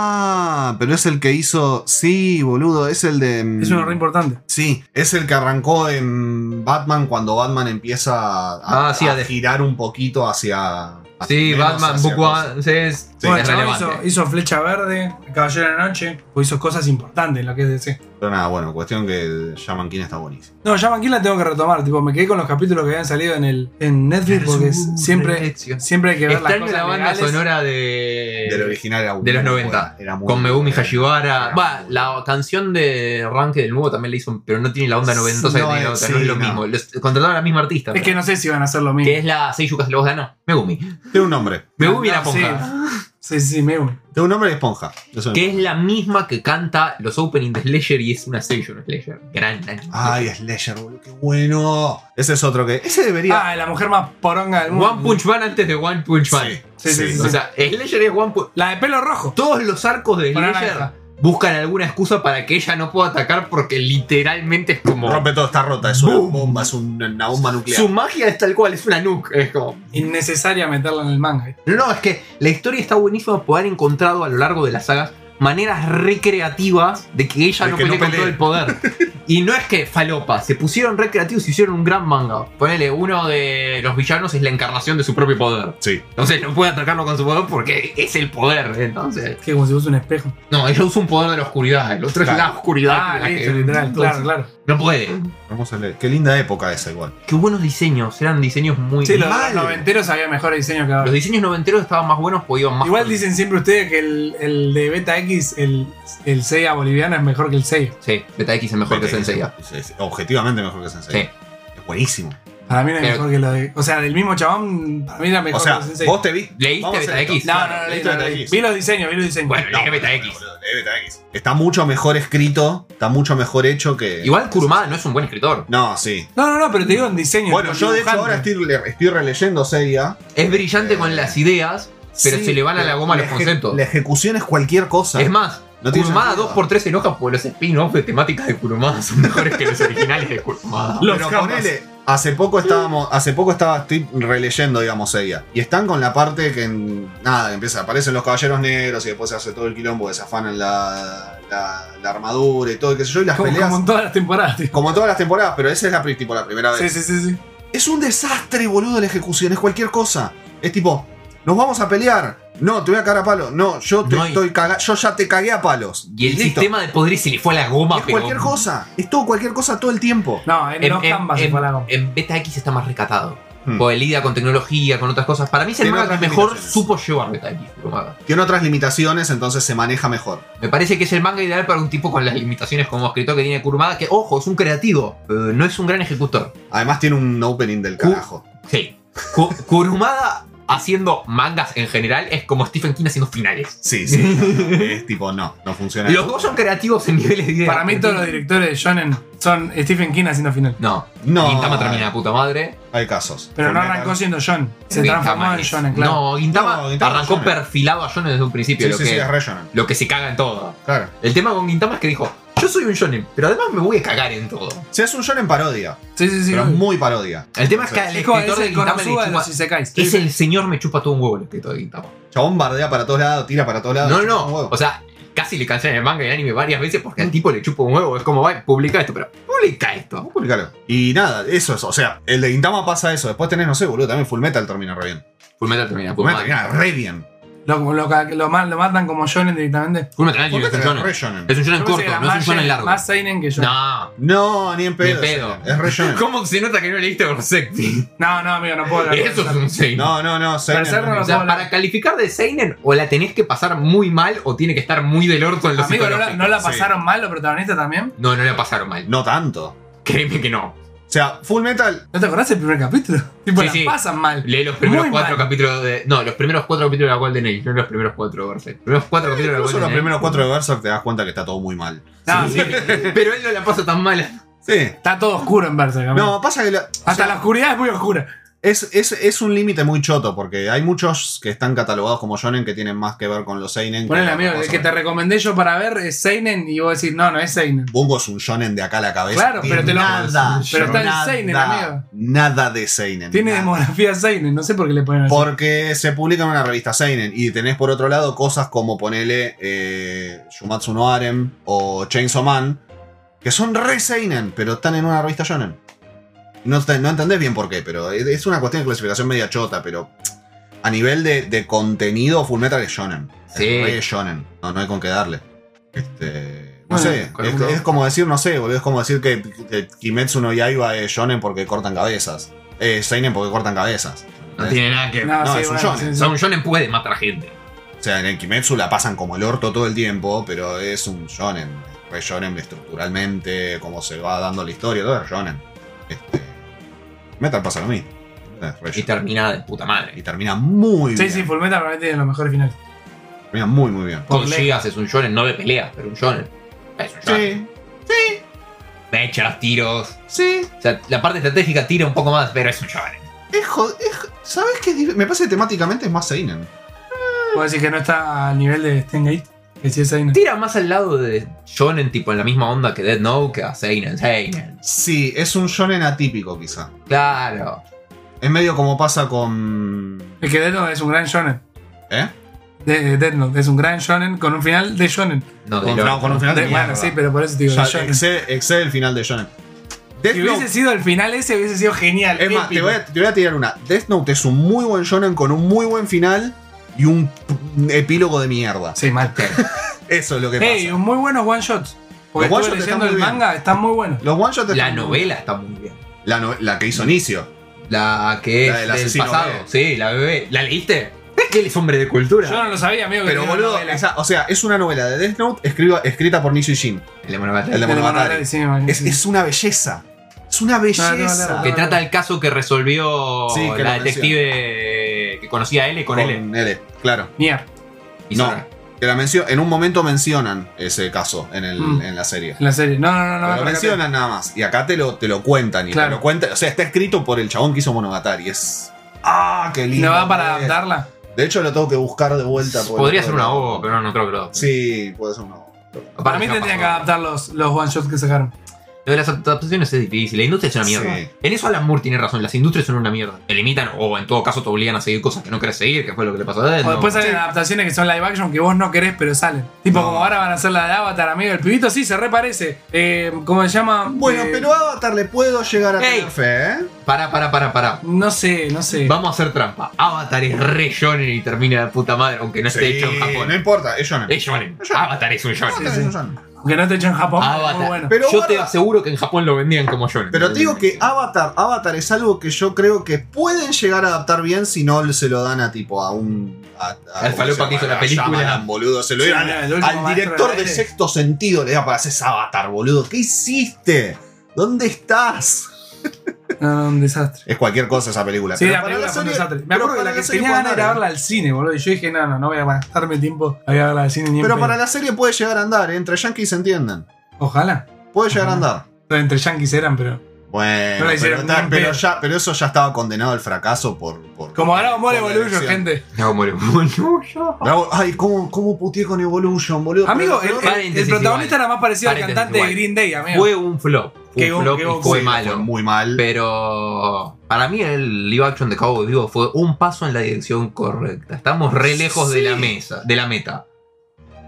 Speaker 1: Ah, pero es el que hizo. Sí, boludo, es el de. mm,
Speaker 2: Es uno re importante.
Speaker 1: Sí, es el que arrancó en Batman cuando Batman empieza a,
Speaker 3: Ah, sí,
Speaker 1: a
Speaker 3: a de-
Speaker 1: girar un poquito hacia.
Speaker 3: Sí,
Speaker 1: menos
Speaker 3: Batman,
Speaker 1: hacia
Speaker 3: Book
Speaker 1: cosas.
Speaker 3: One, sí, es,
Speaker 1: Sí,
Speaker 2: bueno,
Speaker 3: es
Speaker 2: el chabón
Speaker 3: relevante.
Speaker 2: hizo, hizo Flecha Verde, El Caballero de la Noche, o hizo cosas importantes en lo que es DC.
Speaker 1: Pero nada, bueno, cuestión que el Shaman King está buenísimo.
Speaker 2: No, ya Manquín la tengo que retomar. Tipo, me quedé con los capítulos que habían salido en, el, en Netflix porque es- siempre, siempre hay que ver las
Speaker 3: Extraño
Speaker 2: cosas
Speaker 3: la banda
Speaker 2: legales.
Speaker 3: sonora de.
Speaker 1: Del original era
Speaker 3: Eh, de los 90,
Speaker 1: bueno, era muy
Speaker 3: Con
Speaker 1: bueno.
Speaker 3: Megumi Hashiwara.
Speaker 1: Era
Speaker 3: Va,
Speaker 1: muy
Speaker 3: la canción de Ranke del nuevo también la hizo, pero no tiene la onda noventosa
Speaker 1: No
Speaker 3: que tiene la
Speaker 1: es-
Speaker 3: otra, no es
Speaker 1: sí,
Speaker 3: lo
Speaker 1: no.
Speaker 3: mismo. Los- Contrataron a la misma artista.
Speaker 2: Es que no sé si van a hacer lo mismo.
Speaker 3: que es la Seiyu que hace la voz de Ana, Megumi.
Speaker 1: Tiene un nombre.
Speaker 3: Mew y la
Speaker 2: sí.
Speaker 3: Ponja.
Speaker 2: Sí, sí, me voy.
Speaker 1: Tiene un nombre de esponja. Eso
Speaker 3: Que es la misma que canta los openings de Slasher y es una section Slasher. Gran anime.
Speaker 1: Ay, Slasher, boludo, qué bueno. Ese es otro que. Ese debería.
Speaker 2: Ah, la mujer más poronga del mundo.
Speaker 3: One Punch Man antes de One Punch Man.
Speaker 2: Sí, sí, sí,
Speaker 3: O sea, Slasher es One Punch.
Speaker 2: La de pelo rojo.
Speaker 3: Todos los arcos de
Speaker 2: Con
Speaker 3: Slasher
Speaker 2: naranja.
Speaker 3: buscan alguna excusa para que ella no pueda atacar porque literalmente es como.
Speaker 1: Rompe todo, está rota. Es una
Speaker 3: Boom.
Speaker 1: bomba, es una, una bomba nuclear.
Speaker 3: Su magia es tal cual, es una nuke. Es como.
Speaker 2: Innecesaria meterla en el manga. eh.
Speaker 3: No, no, es que la historia está buenísima por haber encontrado a lo largo de las sagas maneras recreativas de que ella
Speaker 1: De
Speaker 3: no
Speaker 1: que no
Speaker 3: pelee con
Speaker 1: pelee.
Speaker 3: todo el poder.
Speaker 2: (laughs)
Speaker 3: y no es que falopa, se pusieron recreativos y hicieron un gran manga. Ponele, uno de los villanos es la encarnación de su propio poder.
Speaker 1: Sí.
Speaker 3: Entonces no puede atacarlo con su poder porque es el poder. Entonces,
Speaker 2: Que como si fuese un espejo.
Speaker 3: no, ella usa un poder de la oscuridad, el otro es
Speaker 1: Claro.
Speaker 3: la oscuridad.
Speaker 2: Ah,
Speaker 3: la que-
Speaker 2: listo, literal. Claro,
Speaker 3: entonces,
Speaker 2: claro.
Speaker 3: No puede.
Speaker 1: Vamos a leer. Qué linda época esa, igual.
Speaker 3: Qué buenos diseños, eran diseños muy.
Speaker 2: Sí, los,
Speaker 1: mal.
Speaker 2: los noventeros había mejor diseño que ahora.
Speaker 3: Los diseños noventeros estaban más buenos porque iban más.
Speaker 2: Igual dicen siempre ustedes que el, el de Beta X, el, el Seiya boliviano, es mejor que el Seiya.
Speaker 3: Sí, Beta X es mejor que
Speaker 1: Porque-
Speaker 3: Sensei.
Speaker 1: es- es Objetivamente mejor que Sensei.
Speaker 3: Sí.
Speaker 1: Es buenísimo.
Speaker 2: Para mí no es
Speaker 3: Pero-
Speaker 2: mejor que lo de. O sea, del mismo chabón, para mí era mejor
Speaker 1: O sea,
Speaker 2: que el Sensei.
Speaker 1: vos te vi.
Speaker 3: ¿Leíste
Speaker 1: Vamos a
Speaker 3: Beta
Speaker 1: hacer
Speaker 3: X?
Speaker 1: esto.
Speaker 2: No, no, no, no,
Speaker 1: ¿Leíste
Speaker 2: no, no,
Speaker 1: Beta
Speaker 2: no.
Speaker 1: X?
Speaker 2: Vi los diseños, vi los diseños.
Speaker 3: Bueno,
Speaker 1: No,
Speaker 3: Lee Beta X.
Speaker 1: boludo, lee Beta X. Está mucho mejor escrito, está mucho mejor hecho que.
Speaker 3: Igual Kurumada no es un buen escritor.
Speaker 1: No, sí.
Speaker 2: No, no, no, pero te digo en diseño.
Speaker 1: Bueno,
Speaker 2: con
Speaker 1: yo de hecho
Speaker 2: dibujante.
Speaker 1: ahora estoy, le- estoy releyendo Seiya.
Speaker 3: Es brillante con las ideas, pero
Speaker 1: Sí,
Speaker 3: se le van a la goma los
Speaker 1: eje-
Speaker 3: conceptos.
Speaker 1: La ejecución es cualquier cosa.
Speaker 3: Es más,
Speaker 1: No tiene
Speaker 3: Kurumada
Speaker 1: sentido.
Speaker 3: 2x3 se enoja porque los spin-offs de temáticas de Kurumada son mejores que los originales de Kurumada.
Speaker 2: Los
Speaker 1: Pero
Speaker 2: capas.
Speaker 1: ponele, hace poco estábamos, hace poco estaba, estoy releyendo, digamos, ella. Y están con la parte que, en- nada, que empieza, aparecen los caballeros negros y después se hace todo el quilombo que se afanan la, la, la armadura y todo, y qué sé yo, y las
Speaker 2: Como,
Speaker 1: peleas.
Speaker 2: como en
Speaker 1: Como,
Speaker 2: todas las temporadas, tío.
Speaker 1: todas las temporadas, pero esa es la, pri- tipo, la primera vez.
Speaker 2: Sí, sí, sí, sí.
Speaker 1: Es un desastre, boludo, la ejecución, es cualquier cosa. Es tipo, nos vamos a pelear. No, te voy a cagar a palo. No, yo te
Speaker 3: No hay-
Speaker 1: estoy caga- Yo ya te cagué a palos.
Speaker 3: Y el
Speaker 1: Listo.
Speaker 3: sistema de poderes se le fue a la goma,
Speaker 1: Es
Speaker 3: pero-
Speaker 1: cualquier cosa. Es todo cualquier cosa todo el tiempo.
Speaker 2: No, en,
Speaker 3: En,
Speaker 2: los
Speaker 3: en-
Speaker 2: canvas se
Speaker 3: en-
Speaker 2: fue la goma.
Speaker 3: en Beta X está más recatado.
Speaker 1: Hmm.
Speaker 3: Porque lidia con tecnología, con otras cosas. Para mí es el
Speaker 1: Tiene
Speaker 3: manga que
Speaker 1: otras
Speaker 3: mejor
Speaker 1: limitaciones.
Speaker 3: supo llevar Beta X, Kurumada.
Speaker 1: Tiene otras limitaciones, entonces se maneja mejor.
Speaker 3: Me parece que es el manga ideal para un tipo con las limitaciones como escritor que tiene Kurumada, que, ojo, es un creativo, eh, no es un gran ejecutor.
Speaker 1: Además tiene un opening
Speaker 3: Uh.
Speaker 1: del carajo.
Speaker 3: Sí. Ku- Kurumada haciendo mangas en general es como Stephen King haciendo finales.
Speaker 1: Sí,
Speaker 3: (laughs)
Speaker 1: sí. es tipo, no, no funciona.
Speaker 3: Los dos son creativos en niveles de idea.
Speaker 2: Para mí todos los directores de Shonen son Stephen King haciendo final.
Speaker 3: No,
Speaker 1: No.
Speaker 3: Gintama termina de puta madre.
Speaker 1: Hay casos.
Speaker 2: Pero no
Speaker 1: Fullmetal.
Speaker 2: arrancó siendo John. Se
Speaker 3: Gintama
Speaker 2: transformó en
Speaker 3: es-
Speaker 2: Shonen, claro.
Speaker 3: No, Gintama,
Speaker 1: No, Gintama
Speaker 3: arrancó
Speaker 1: es shonen.
Speaker 3: perfilado a Shonen desde un principio,
Speaker 1: Sí,
Speaker 3: lo,
Speaker 1: sí,
Speaker 3: que,
Speaker 1: sí, es re shonen.
Speaker 3: lo que se caga en todo.
Speaker 1: Claro.
Speaker 3: El tema con Gintama es que dijo, yo soy un Shonen, pero además me voy a cagar en todo.
Speaker 1: Sí, es un shonen parodia.
Speaker 2: Sí, sí, sí.
Speaker 1: pero
Speaker 2: obvio.
Speaker 1: muy parodia.
Speaker 3: El tema es que al
Speaker 2: Es como- es
Speaker 3: escritor de
Speaker 2: el
Speaker 3: Gintama le
Speaker 2: Konosuba de
Speaker 3: chupa...
Speaker 2: los Isekais.
Speaker 3: Es el señor me chupa todo un huevo el escritor de Gintama.
Speaker 1: Chabón bardea para todos lados, tira para todos lados.
Speaker 3: No, no,
Speaker 1: Ah, chupa un
Speaker 3: no.
Speaker 1: huevo.
Speaker 3: O sea, casi le cancelan el manga y el anime varias veces porque al tipo le chupa un huevo. Es como, va, publica esto, pero publica esto.
Speaker 1: Publicalo. Y nada, eso es. O sea, el de Gintama pasa eso. Después tenés, no sé, boludo, también Fullmetal termina re bien.
Speaker 3: Fullmetal termina.
Speaker 1: Fullmetal
Speaker 3: Fullmetal
Speaker 1: termina re bien.
Speaker 2: Lo, lo, ca- lo ma- lo matan como Shonen directamente.
Speaker 3: Fullmetal Alchemist
Speaker 1: Fullmetal
Speaker 3: es un
Speaker 1: es re
Speaker 3: shonen.
Speaker 1: shonen.
Speaker 3: Es un shonen
Speaker 2: Yo pensé que
Speaker 3: corto,
Speaker 2: era
Speaker 3: no es un
Speaker 2: más
Speaker 3: shonen
Speaker 2: Shonen-
Speaker 3: largo.
Speaker 2: Más Seinen que Shonen.
Speaker 3: No.
Speaker 1: No, ni en pedo.
Speaker 3: Ni en pedo.
Speaker 1: Es re shonen.
Speaker 3: (laughs) ¿Cómo se nota que no leíste Gorsecti?
Speaker 2: No, no, amigo, no puedo hablar.
Speaker 3: Eso es un seinen.
Speaker 1: No, no, no. seinen
Speaker 2: Para ser
Speaker 1: no es
Speaker 3: O
Speaker 1: ni-
Speaker 3: sea,
Speaker 2: Hola.
Speaker 3: para calificar de Seinen, o la tenés que pasar muy mal, o tiene que estar muy del orto en los
Speaker 2: Amigo, ¿no la, no la
Speaker 1: sí.
Speaker 2: pasaron mal los protagonistas también?
Speaker 3: No, no la pasaron mal.
Speaker 1: No tanto.
Speaker 3: Créeme que no.
Speaker 1: O sea, Fullmetal.
Speaker 2: ¿No te acordás del primer capítulo? (laughs) Tipo,
Speaker 3: Sí,
Speaker 2: la
Speaker 3: sí.
Speaker 2: pasan mal.
Speaker 3: Lee los primeros
Speaker 2: Muy
Speaker 3: cuatro
Speaker 2: mal.
Speaker 3: capítulos de. No, los primeros cuatro capítulos de la Golden Age, no los primeros cuatro de Berserk. Los primeros
Speaker 2: Eh,
Speaker 3: cuatro capítulos de la
Speaker 1: Incluso
Speaker 3: Golden
Speaker 1: los
Speaker 3: Age.
Speaker 1: primeros cuatro de Berserk te das cuenta que está todo muy mal.
Speaker 2: No, sí.
Speaker 3: Pero él no la pasa tan mal.
Speaker 1: Sí.
Speaker 2: Está todo oscuro en Berserk. amigo.
Speaker 1: No, pasa que la-
Speaker 2: Hasta la oscuridad es muy oscura.
Speaker 1: es, es, es un límite muy choto, porque hay muchos que están catalogados como shonen que tienen más que ver con los seinen.
Speaker 2: Ponele,
Speaker 1: que-
Speaker 2: amigo, el que te recomendé yo para ver es Seinen y vos decís, no, no es Seinen.
Speaker 1: Bungo es un shonen de acá a la cabeza.
Speaker 2: Claro, pero
Speaker 1: Tiene
Speaker 2: te lo-
Speaker 1: nada,
Speaker 2: pero está en
Speaker 1: nada,
Speaker 2: seinen, amigo.
Speaker 1: Nada de seinen.
Speaker 2: Tiene
Speaker 1: nada.
Speaker 2: demografía Seinen, no sé por qué le ponen así.
Speaker 1: Porque se publica en una revista Seinen y tenés por otro lado cosas como ponele eh, Shumatsu no Harem o Chainsaw Man, que son re Seinen, pero están en una revista Shonen. No, te- no entendés bien por qué, pero es- es una cuestión de clasificación media chota, pero a nivel de, de contenido, Fullmetal es Shonen.
Speaker 3: Sí.
Speaker 1: Es re Shonen, no, no hay con qué darle. Este, no
Speaker 2: Bueno,
Speaker 1: sé,
Speaker 3: con
Speaker 1: es,
Speaker 3: alguno.
Speaker 1: es como decir, no sé, boludo, es como decir que, que Kimetsu no Yaiba es Shonen porque cortan cabezas. Eh, Seinen porque cortan cabezas.
Speaker 3: No tiene nada que ver.
Speaker 1: no, es un shonen.
Speaker 2: sí, sí.
Speaker 3: Son Shonen puede matar gente.
Speaker 1: O sea, en el Kimetsu la pasan como el orto todo el tiempo, pero es un shonen. Re shonen estructuralmente, cómo se va dando la historia, todo es shonen. Este, Metal pasa lo mismo. Es re
Speaker 3: Y
Speaker 1: yo.
Speaker 3: termina de puta
Speaker 1: Y
Speaker 3: madre.
Speaker 1: termina muy
Speaker 2: Sí,
Speaker 1: bien.
Speaker 2: sí, Fullmetal realmente tiene los mejores finales.
Speaker 1: Termina muy, muy bien.
Speaker 3: Con
Speaker 2: Ley.
Speaker 3: Gigas es un shonen, no de peleas, pero un shonen. Es un shonen.
Speaker 1: Sí,
Speaker 3: Mechas, tiros.
Speaker 1: sí.
Speaker 3: O sea, la parte estratégica tira un poco más, pero es un shonen.
Speaker 1: Es jod- es- ¿Sabes qué? es dif- Me parece que temáticamente es más Seinen.
Speaker 2: Puedo decir que no está al nivel de Stengate, que sí es Aina.
Speaker 3: Tira más al lado de shonen, tipo en la misma onda que Dead Note, que a Seinen. Seinen.
Speaker 1: Sí, es un shonen atípico, quizá.
Speaker 3: Claro.
Speaker 1: Es medio como pasa con.
Speaker 2: El que Death Note es un gran shonen.
Speaker 1: ¿Eh?
Speaker 2: De, Death Note es un gran shonen con un final de shonen.
Speaker 3: No, de
Speaker 1: Con,
Speaker 3: lo-
Speaker 1: no, con un final de,
Speaker 2: De- bueno,
Speaker 1: mierda.
Speaker 2: sí, pero por eso te digo,
Speaker 1: Ya
Speaker 2: de shonen.
Speaker 1: excede, excede el final de shonen. Death
Speaker 2: Si
Speaker 1: Note-
Speaker 2: hubiese sido el final ese, hubiese sido genial.
Speaker 1: Es más, te
Speaker 2: épico.
Speaker 1: voy, a, te voy a tirar una. Death Note es un muy buen shonen con un muy buen final y un p- epílogo de mierda.
Speaker 2: Sí, mal.
Speaker 1: Eso es lo que pasa.
Speaker 2: Ey, muy buenos one shots. Porque
Speaker 1: Los one
Speaker 2: estuve
Speaker 1: shots
Speaker 2: leyendo
Speaker 1: están
Speaker 2: el
Speaker 1: muy bien.
Speaker 2: manga, están muy buenos.
Speaker 1: Los one shots
Speaker 3: La novela está muy bien.
Speaker 1: La, no- la que hizo inicio.
Speaker 3: La que es
Speaker 1: La del
Speaker 3: del
Speaker 1: asesino
Speaker 3: pasado.
Speaker 1: bebé.
Speaker 3: Sí, la bebé. ¿La leíste? Es que él es hombre de cultura.
Speaker 2: Yo no lo sabía, amigo. que
Speaker 1: Pero
Speaker 2: tenía una
Speaker 1: boludo,
Speaker 2: novela.
Speaker 1: esa- o sea, es una novela de Death Note escriba- escrita por Nishi Jin.
Speaker 3: El de Monogatari.
Speaker 1: El de
Speaker 2: De
Speaker 1: Monogatari.
Speaker 2: sí, me imagino,
Speaker 1: Es,
Speaker 2: sí.
Speaker 1: es una belleza. Es una
Speaker 2: no, no,
Speaker 1: belleza.
Speaker 2: no.
Speaker 3: Que trata el caso que resolvió
Speaker 1: Sí, que
Speaker 3: la
Speaker 1: lo
Speaker 3: detective que conocía a L con, L.
Speaker 1: Con L, claro.
Speaker 2: Nier.
Speaker 3: Y
Speaker 1: No.
Speaker 3: Sora.
Speaker 1: Que la mencio- en un momento mencionan ese caso en, el-
Speaker 2: Mm.
Speaker 1: en la serie.
Speaker 2: En la serie. No, no, no, no.
Speaker 1: Pero
Speaker 2: me
Speaker 1: lo
Speaker 2: percaté.
Speaker 1: mencionan nada más. Y acá te lo, te lo cuentan. Y te
Speaker 2: Claro.
Speaker 1: lo cuentan. O sea, está escrito por el chabón que hizo Monogatari. Es. ¡Ah, qué
Speaker 2: ¿Y
Speaker 1: lindo!
Speaker 2: no va para
Speaker 1: que es!
Speaker 2: adaptarla?
Speaker 1: De hecho, lo tengo que buscar de vuelta. porque
Speaker 3: Podría
Speaker 1: no
Speaker 3: ser una
Speaker 1: puedo-
Speaker 3: O, pero no creo que lo.
Speaker 1: Sí, puede ser una O.
Speaker 2: Para mí tendrían que adaptar los, los one shots que sacaron.
Speaker 3: Lo de las adaptaciones es difícil. La industria es una mierda.
Speaker 1: Sí.
Speaker 3: En eso Alan Moore tiene razón. Las industrias son una mierda. Te limitan o en todo caso te obligan a seguir cosas que no querés seguir, que fue lo que le pasó a él.
Speaker 2: O después salen adaptaciones que son live action que vos no querés, pero salen. Tipo,
Speaker 1: No.
Speaker 2: como ahora van a hacer la de Avatar, amigo. El pibito sí se reparece. Eh, ¿Cómo se llama?
Speaker 1: Bueno,
Speaker 2: Eh,
Speaker 1: pero Avatar le puedo llegar a
Speaker 3: Ey.
Speaker 1: tener fe, ¿eh?
Speaker 3: Para, para, para, para.
Speaker 2: No sé, no sé.
Speaker 3: Vamos a hacer trampa. Avatar es re shonen y termina de puta madre, aunque no esté
Speaker 1: Sí,
Speaker 3: hecho en
Speaker 1: No
Speaker 3: Japón.
Speaker 1: importa, es shonen.
Speaker 3: Es shonen. Avatar es un
Speaker 1: Avatar
Speaker 3: shonen.
Speaker 1: es
Speaker 2: sí.
Speaker 1: un shonen.
Speaker 2: Que no te hecho en Japón. pero
Speaker 3: Avatar.
Speaker 2: Muy bueno.
Speaker 1: Pero
Speaker 3: Yo
Speaker 1: guarda-
Speaker 3: te aseguro que en Japón lo vendían como shonen.
Speaker 1: Pero te digo que Avatar, Avatar es algo que yo creo que pueden llegar a adaptar bien si no se lo dan a tipo a un. A, a-
Speaker 3: Al
Speaker 1: ¿cómo
Speaker 3: falopa
Speaker 1: se llama?
Speaker 3: que hizo la
Speaker 1: A
Speaker 3: película.
Speaker 1: Shyamalan, boludo. Se lo
Speaker 2: Sí,
Speaker 1: dieron
Speaker 2: mira, el
Speaker 1: al,
Speaker 2: último
Speaker 1: al
Speaker 2: maestro
Speaker 1: director
Speaker 2: del
Speaker 1: de
Speaker 2: aire.
Speaker 1: sexto sentido. Le da para hacer Avatar, boludo. ¿Qué hiciste? ¿Dónde estás?
Speaker 2: No, no, un desastre.
Speaker 1: Es cualquier cosa esa película.
Speaker 2: Sí,
Speaker 1: pero
Speaker 2: la
Speaker 1: para
Speaker 2: película
Speaker 1: la
Speaker 2: fue un
Speaker 1: serie-
Speaker 2: desastre. Me
Speaker 1: pero
Speaker 2: acuerdo que
Speaker 1: para
Speaker 2: la que
Speaker 1: serie
Speaker 2: tenía
Speaker 1: puede
Speaker 2: ganas de ir a
Speaker 1: andar,
Speaker 2: verla al cine, boludo. Y yo dije, no, no, no voy a gastarme tiempo a ir a verla al cine ni en
Speaker 1: Pero
Speaker 2: pedo.
Speaker 1: para la serie puede llegar a andar, ¿eh? entre yankees se entienden.
Speaker 2: Ojalá.
Speaker 1: Puede llegar a
Speaker 2: Ajá.
Speaker 1: andar.
Speaker 2: Entre yankees eran, pero.
Speaker 1: Bueno,
Speaker 2: No la
Speaker 1: pero,
Speaker 2: hicieron
Speaker 1: ta-
Speaker 2: ni en
Speaker 1: pero
Speaker 2: pedo.
Speaker 1: ya, pero eso ya estaba condenado al fracaso por. por
Speaker 2: Como ahora vamos a
Speaker 1: por la
Speaker 2: Evolution,
Speaker 1: elección.
Speaker 2: gente.
Speaker 3: No, (laughs) muero. Muero.
Speaker 1: Bravo. Ay, ¿cómo, cómo puteé con Evolution, boludo?
Speaker 2: Amigo, el,
Speaker 1: Pero-
Speaker 2: el- el
Speaker 3: Paréntesis
Speaker 2: protagonista
Speaker 3: igual.
Speaker 2: era más parecido al
Speaker 3: Paréntesis
Speaker 2: cantante de
Speaker 3: igual.
Speaker 2: Green Day, amigo.
Speaker 3: Fue un flop. Fue
Speaker 2: Qué
Speaker 3: un
Speaker 2: go-
Speaker 3: flop
Speaker 2: qué
Speaker 3: y
Speaker 2: go-
Speaker 3: fue
Speaker 1: Sí, fue
Speaker 3: malo.
Speaker 1: muy mal.
Speaker 3: Pero para mí el live action de Cowboy Vivo fue un paso en la dirección correcta. Estamos re lejos de la
Speaker 1: Sí.
Speaker 3: mesa, de la meta.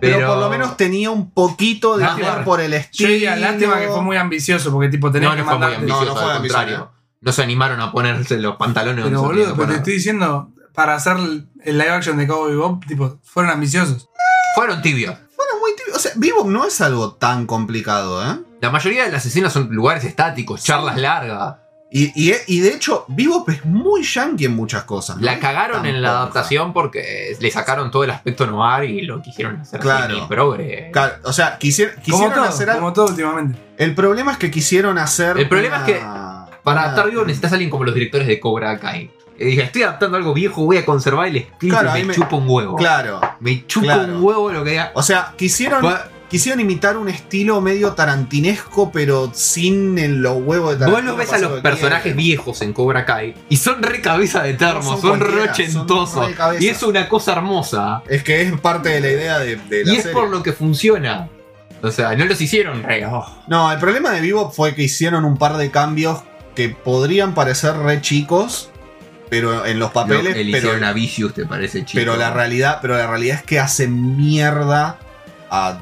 Speaker 1: Pero, por lo menos tenía un poquito de
Speaker 3: Lástima.
Speaker 1: amor por el
Speaker 2: Yo
Speaker 1: estilo.
Speaker 2: diría, lástima que fue muy ambicioso, porque tipo tenés
Speaker 3: no,
Speaker 2: que
Speaker 3: no fue muy
Speaker 2: mandar.
Speaker 3: ambicioso,
Speaker 1: No, no fue
Speaker 3: al
Speaker 1: ambicioso,
Speaker 3: contrario. No se animaron a ponerse los pantalones.
Speaker 2: Pero
Speaker 3: donde se
Speaker 2: boludo,
Speaker 3: tenían que
Speaker 2: pero te
Speaker 3: poner.
Speaker 2: estoy diciendo, para hacer el el live action de Cowboy Bob, tipo, fueron ambiciosos.
Speaker 3: Fueron tibios.
Speaker 1: Bueno, Ah, muy tibio. O sea, Vivo no es algo tan complicado, ¿eh?
Speaker 3: La mayoría de las escenas son lugares estáticos, charlas largas.
Speaker 1: Y, y, y de hecho, Vivo es muy yankee en muchas cosas. ¿no?
Speaker 3: La cagaron en la
Speaker 1: Tampoco.
Speaker 3: adaptación porque le sacaron todo el aspecto noir y lo quisieron hacer
Speaker 1: Claro.
Speaker 3: semi progre.
Speaker 1: Ca- O sea, quisier-
Speaker 2: Como
Speaker 1: quisieron
Speaker 2: todo,
Speaker 1: hacer algo.
Speaker 2: como todo últimamente.
Speaker 1: El problema es que quisieron hacer.
Speaker 3: El problema es que Para
Speaker 1: estar
Speaker 3: adaptar vivo necesitas a alguien como los directores de Cobra Kai. Y dije, estoy adaptando algo viejo, voy a conservar el espíritu,
Speaker 1: Claro,
Speaker 3: me,
Speaker 1: ahí me-
Speaker 3: chupa un huevo.
Speaker 1: Claro.
Speaker 3: Me chupa
Speaker 1: Claro.
Speaker 3: un huevo lo que diga.
Speaker 1: O sea, quisieron.
Speaker 3: Vos,
Speaker 1: Quisieron imitar un estilo medio tarantinesco, pero sin el- los huevos de
Speaker 3: vos
Speaker 1: Tarantino.
Speaker 3: los ves a los personajes viejos en Cobra Kai y son re cabeza de termo,
Speaker 1: Son
Speaker 3: son, re
Speaker 1: cualquiera, son
Speaker 3: ochentosos.
Speaker 1: re cabeza.
Speaker 3: Y es una cosa hermosa.
Speaker 1: Es que es parte de la idea de, de la
Speaker 3: Y es
Speaker 1: serie.
Speaker 3: por lo que funciona. O sea, no los hicieron re. oh.
Speaker 1: No, el problema de Vivo fue que hicieron un par de cambios que podrían parecer re chicos, pero en los papeles,
Speaker 3: Lo- el
Speaker 1: pero,
Speaker 3: hicieron a Vicious, te parece chido.
Speaker 1: pero la realidad, pero la realidad es que hacen mierda a,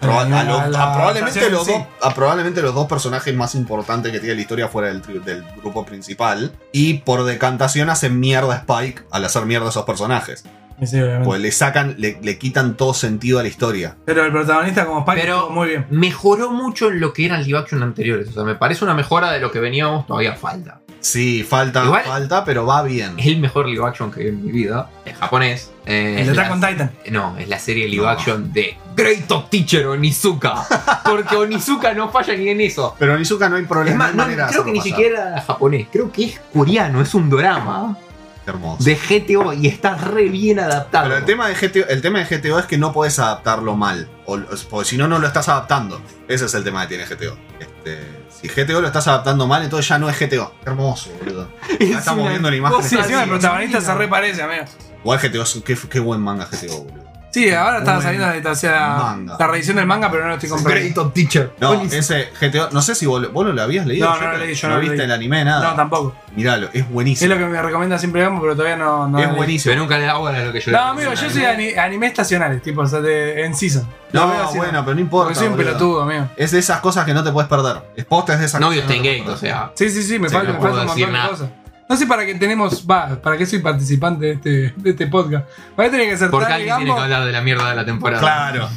Speaker 1: proba-
Speaker 2: La-
Speaker 1: a lo-
Speaker 2: la-
Speaker 1: a probablemente
Speaker 2: la-
Speaker 1: los
Speaker 2: sí.
Speaker 1: dos, a probablemente los dos personajes más importantes que tiene la historia fuera del, tri- del grupo principal. Y por decantación hacen mierda a Spike al hacer mierda a esos personajes.
Speaker 2: Sí, obviamente.
Speaker 1: Pues le sacan, le, le quitan todo sentido a la historia.
Speaker 2: Pero el protagonista como Spike
Speaker 3: Pero-
Speaker 2: estuvo muy bien.
Speaker 3: Mejoró mucho en lo que eran live action anteriores. O sea, me parece una mejora de lo que veníamos, todavía falta.
Speaker 1: Sí, falta,
Speaker 3: Igual-
Speaker 1: falta, pero va bien.
Speaker 3: es el mejor live attack que vi en mi vida. Es japonés. Eh,
Speaker 2: El
Speaker 3: es
Speaker 2: de Attack
Speaker 3: la-
Speaker 2: on Titan.
Speaker 3: No, es la serie live
Speaker 1: No.
Speaker 3: action de Great of Teacher Onizuka. Porque Onizuka no falla ni en eso.
Speaker 1: Pero en Izuka no hay problema.
Speaker 3: Es más,
Speaker 1: hay
Speaker 3: no,
Speaker 1: manera de
Speaker 3: creo que ni
Speaker 1: hacerlo pasar.
Speaker 3: siquiera japonés, creo que es coreano, es un drama
Speaker 1: Hermoso.
Speaker 3: de GTO y está re bien adaptado.
Speaker 1: Pero el tema, de GTO, el tema de GTO es que no puedes adaptarlo mal. O, o- porque si no, no lo estás adaptando. Ese es el tema que tiene GTO. Este, si GTO lo estás adaptando mal, entonces ya no es GTO. Qué hermoso, boludo.
Speaker 3: Es
Speaker 1: Ya estamos
Speaker 3: una
Speaker 1: viendo la
Speaker 3: cosa
Speaker 1: imagen.
Speaker 2: Sí, encima el
Speaker 3: divina.
Speaker 2: protagonista se reparece, amigo.
Speaker 1: Igual GTO, es- qué, qué buen manga GTO, boludo.
Speaker 2: Sí, ahora estaba
Speaker 1: Buen
Speaker 2: saliendo de o sea,
Speaker 1: manga.
Speaker 2: la reedición del manga, pero no lo estoy comprando.
Speaker 3: Great of Teacher.
Speaker 1: No,
Speaker 3: Onizuka.
Speaker 1: ese GTO, no sé si vos, lo- vos no lo habías leído.
Speaker 2: No,
Speaker 1: Yo
Speaker 2: no lo
Speaker 1: creo-
Speaker 2: leí, yo
Speaker 1: no,
Speaker 2: no lo
Speaker 1: viste
Speaker 2: leí.
Speaker 1: el anime, nada.
Speaker 2: No, tampoco.
Speaker 1: Míralo, es
Speaker 2: Es
Speaker 1: buenísimo.
Speaker 2: lo que me recomienda siempre Gamo, pero todavía no. no
Speaker 1: es buenísimo.
Speaker 3: Pero nunca le hago a lo que yo
Speaker 2: No,
Speaker 3: le-
Speaker 2: amigo, yo soy ani- anime estacionales, tipo, o sea, de, en season.
Speaker 1: No,
Speaker 2: Lo veo así,
Speaker 1: bueno, pero no
Speaker 2: Porque
Speaker 1: importa.
Speaker 2: soy un
Speaker 1: boludo.
Speaker 2: pelotudo, amigo.
Speaker 1: Es de esas cosas que no te puedes perder. Es posta, es de esas
Speaker 3: No vio
Speaker 1: cosas. que
Speaker 3: Stain
Speaker 1: te
Speaker 3: Gate, o
Speaker 1: puedes
Speaker 3: sea.
Speaker 2: Sí, sí, sí, me
Speaker 3: Sí,
Speaker 2: falta,
Speaker 3: no
Speaker 2: me
Speaker 3: puedo
Speaker 2: falta un
Speaker 3: decir
Speaker 2: montón de
Speaker 3: nada.
Speaker 2: cosas. No sé para qué tenemos, va, para qué soy participante de este, de este podcast. Para qué tenía que ser
Speaker 3: Porque
Speaker 2: Tani
Speaker 3: alguien tiene que
Speaker 2: Gambo,
Speaker 3: hablar de la mierda de la
Speaker 2: (laughs)
Speaker 3: temporada.
Speaker 1: Claro,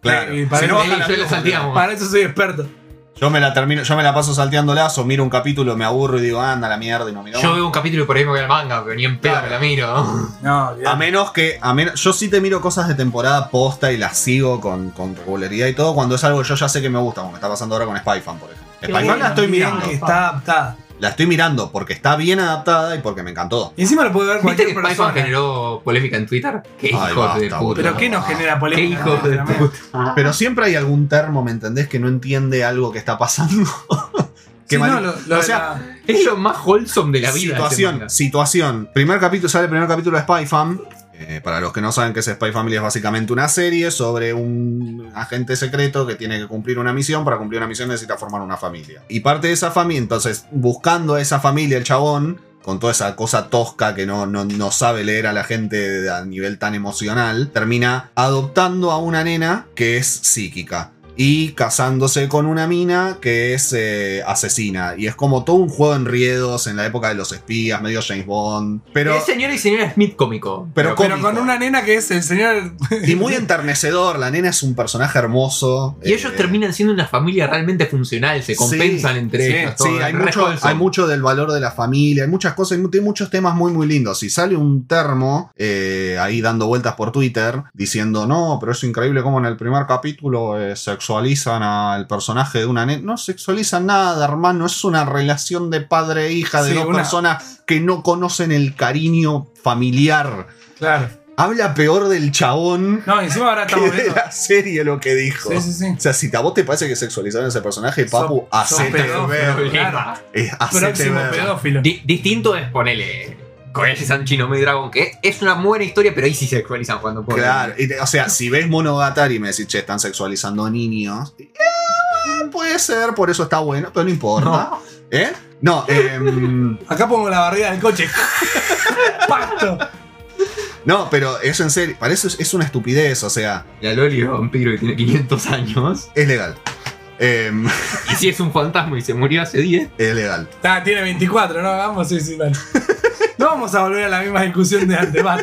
Speaker 1: claro.
Speaker 2: Sí, para
Speaker 1: Si no,
Speaker 2: mí-
Speaker 1: bajan
Speaker 3: Yo
Speaker 1: las
Speaker 3: lo
Speaker 1: dos,
Speaker 3: salteamos.
Speaker 1: boludo.
Speaker 2: para eso soy experto.
Speaker 1: Yo me la termino, yo me la paso salteándolas o miro un capítulo, me aburro y digo, anda la mierda y no miro.
Speaker 3: Yo veo un capítulo y por ahí me voy al manga, pero ni en pedo me la miro.
Speaker 2: No,
Speaker 1: a
Speaker 2: olvidate.
Speaker 1: menos que, a menos, yo sí te miro cosas de temporada posta y las sigo con, con regularidad y todo cuando es algo que yo ya sé que me gusta, como me está pasando ahora con Spyfan, por ejemplo. Spyfan
Speaker 2: Bueno,
Speaker 1: la estoy
Speaker 2: mirá
Speaker 1: mirando,
Speaker 2: que está adaptada.
Speaker 1: la estoy mirando porque está bien adaptada y porque me encantó.
Speaker 2: Y encima lo puede ver
Speaker 3: ¿Viste que
Speaker 2: cualquier
Speaker 3: Python
Speaker 2: persona.
Speaker 3: generó polémica en Twitter? Qué
Speaker 1: Ay,
Speaker 3: hijos
Speaker 1: basta,
Speaker 3: de
Speaker 1: boludo.
Speaker 3: puta.
Speaker 2: Pero qué nos genera
Speaker 3: Qué
Speaker 2: polémica.
Speaker 3: hijos de
Speaker 2: amigo?
Speaker 3: puta.
Speaker 1: Pero siempre hay algún termo, ¿me entendés? Que no entiende algo que está pasando. (laughs) Qué
Speaker 2: Sí,
Speaker 1: mal-
Speaker 2: no, lo, lo
Speaker 1: O
Speaker 2: de
Speaker 1: sea,
Speaker 2: la-
Speaker 3: Es lo más wholesome de la vida. ese
Speaker 1: Situación,
Speaker 3: manga.
Speaker 1: situación. Primer capítulo, sale el primer capítulo de Spy Fam. Eh, para los que no saben qué es Spy Family, es básicamente una serie sobre un agente secreto que tiene que cumplir una misión. Para cumplir una misión necesita formar una familia. Y parte de esa familia, entonces, buscando a esa familia, el chabón, con toda esa cosa tosca que no, no, no sabe leer a la gente a nivel tan emocional, termina adoptando a una nena que es psíquica. Y casándose con una mina que es eh, asesina. Y es como todo un juego de enriedos en la época de los espías, medio James Bond. Pero
Speaker 3: es señora y señora Smith cómico.
Speaker 1: Pero
Speaker 2: Pero
Speaker 1: cómico.
Speaker 2: con una nena que es el señor.
Speaker 1: Y muy enternecedor, la nena es un personaje hermoso.
Speaker 3: Y ellos
Speaker 1: Eh,
Speaker 3: terminan siendo una familia realmente funcional, se compensan
Speaker 1: Sí,
Speaker 3: entre
Speaker 2: sí,
Speaker 3: ellos.
Speaker 1: Sí,
Speaker 3: todo,
Speaker 1: hay
Speaker 3: re
Speaker 1: mucho,
Speaker 3: wholesome.
Speaker 1: hay mucho del valor de la familia, hay muchas cosas, hay, mu- tiene muchos temas muy, muy lindos. Si sale un termo eh, ahí dando vueltas por Twitter diciendo, no, pero es increíble cómo en el primer capítulo eh, sexualizan al personaje de una nena. No sexualizan nada, hermano, es una relación de padre e hija de
Speaker 2: Sí,
Speaker 1: dos
Speaker 2: una-
Speaker 1: personas que no conocen el cariño familiar.
Speaker 2: Claro.
Speaker 1: Habla peor del chabón
Speaker 2: No, encima
Speaker 3: (laughs)
Speaker 1: (laughs)
Speaker 2: ahora
Speaker 1: que
Speaker 2: estamos
Speaker 1: de
Speaker 2: viendo.
Speaker 1: la serie lo que dijo.
Speaker 2: Sí, sí, sí.
Speaker 1: O sea, si a vos te parece que sexualizaron a ese personaje,
Speaker 2: Sos-
Speaker 1: Papu,
Speaker 2: sos
Speaker 1: hacete
Speaker 2: pedófilo,
Speaker 1: ver.
Speaker 2: Claro.
Speaker 1: Eh, hacete
Speaker 2: Próximo
Speaker 1: ver.
Speaker 2: pedófilo.
Speaker 3: Di- distinto es ponerle Koyashi-san Chino May Dragon, que es una buena historia, pero ahí sí sexualizan cuando ponen.
Speaker 1: Claro, y te- o sea, si ves Monogatari y me decís, che, están sexualizando a niños, eh, puede ser, por eso está bueno, pero no importa.
Speaker 3: No.
Speaker 1: ¿Eh? No, em, (laughs)
Speaker 2: Acá pongo la barriga del coche. (laughs) Pacto.
Speaker 1: no, pero es en serio, para eso es, es una estupidez, o sea,
Speaker 3: La Loli es vampiro y tiene 500 años.
Speaker 1: es legal. Em, (laughs)
Speaker 3: Y si es un fantasma y se murió hace 10.
Speaker 1: es legal.
Speaker 2: Ah, tiene 24, ¿no? Vamos, sí, sí, dale. No vamos a volver a la misma discusión de antes, va.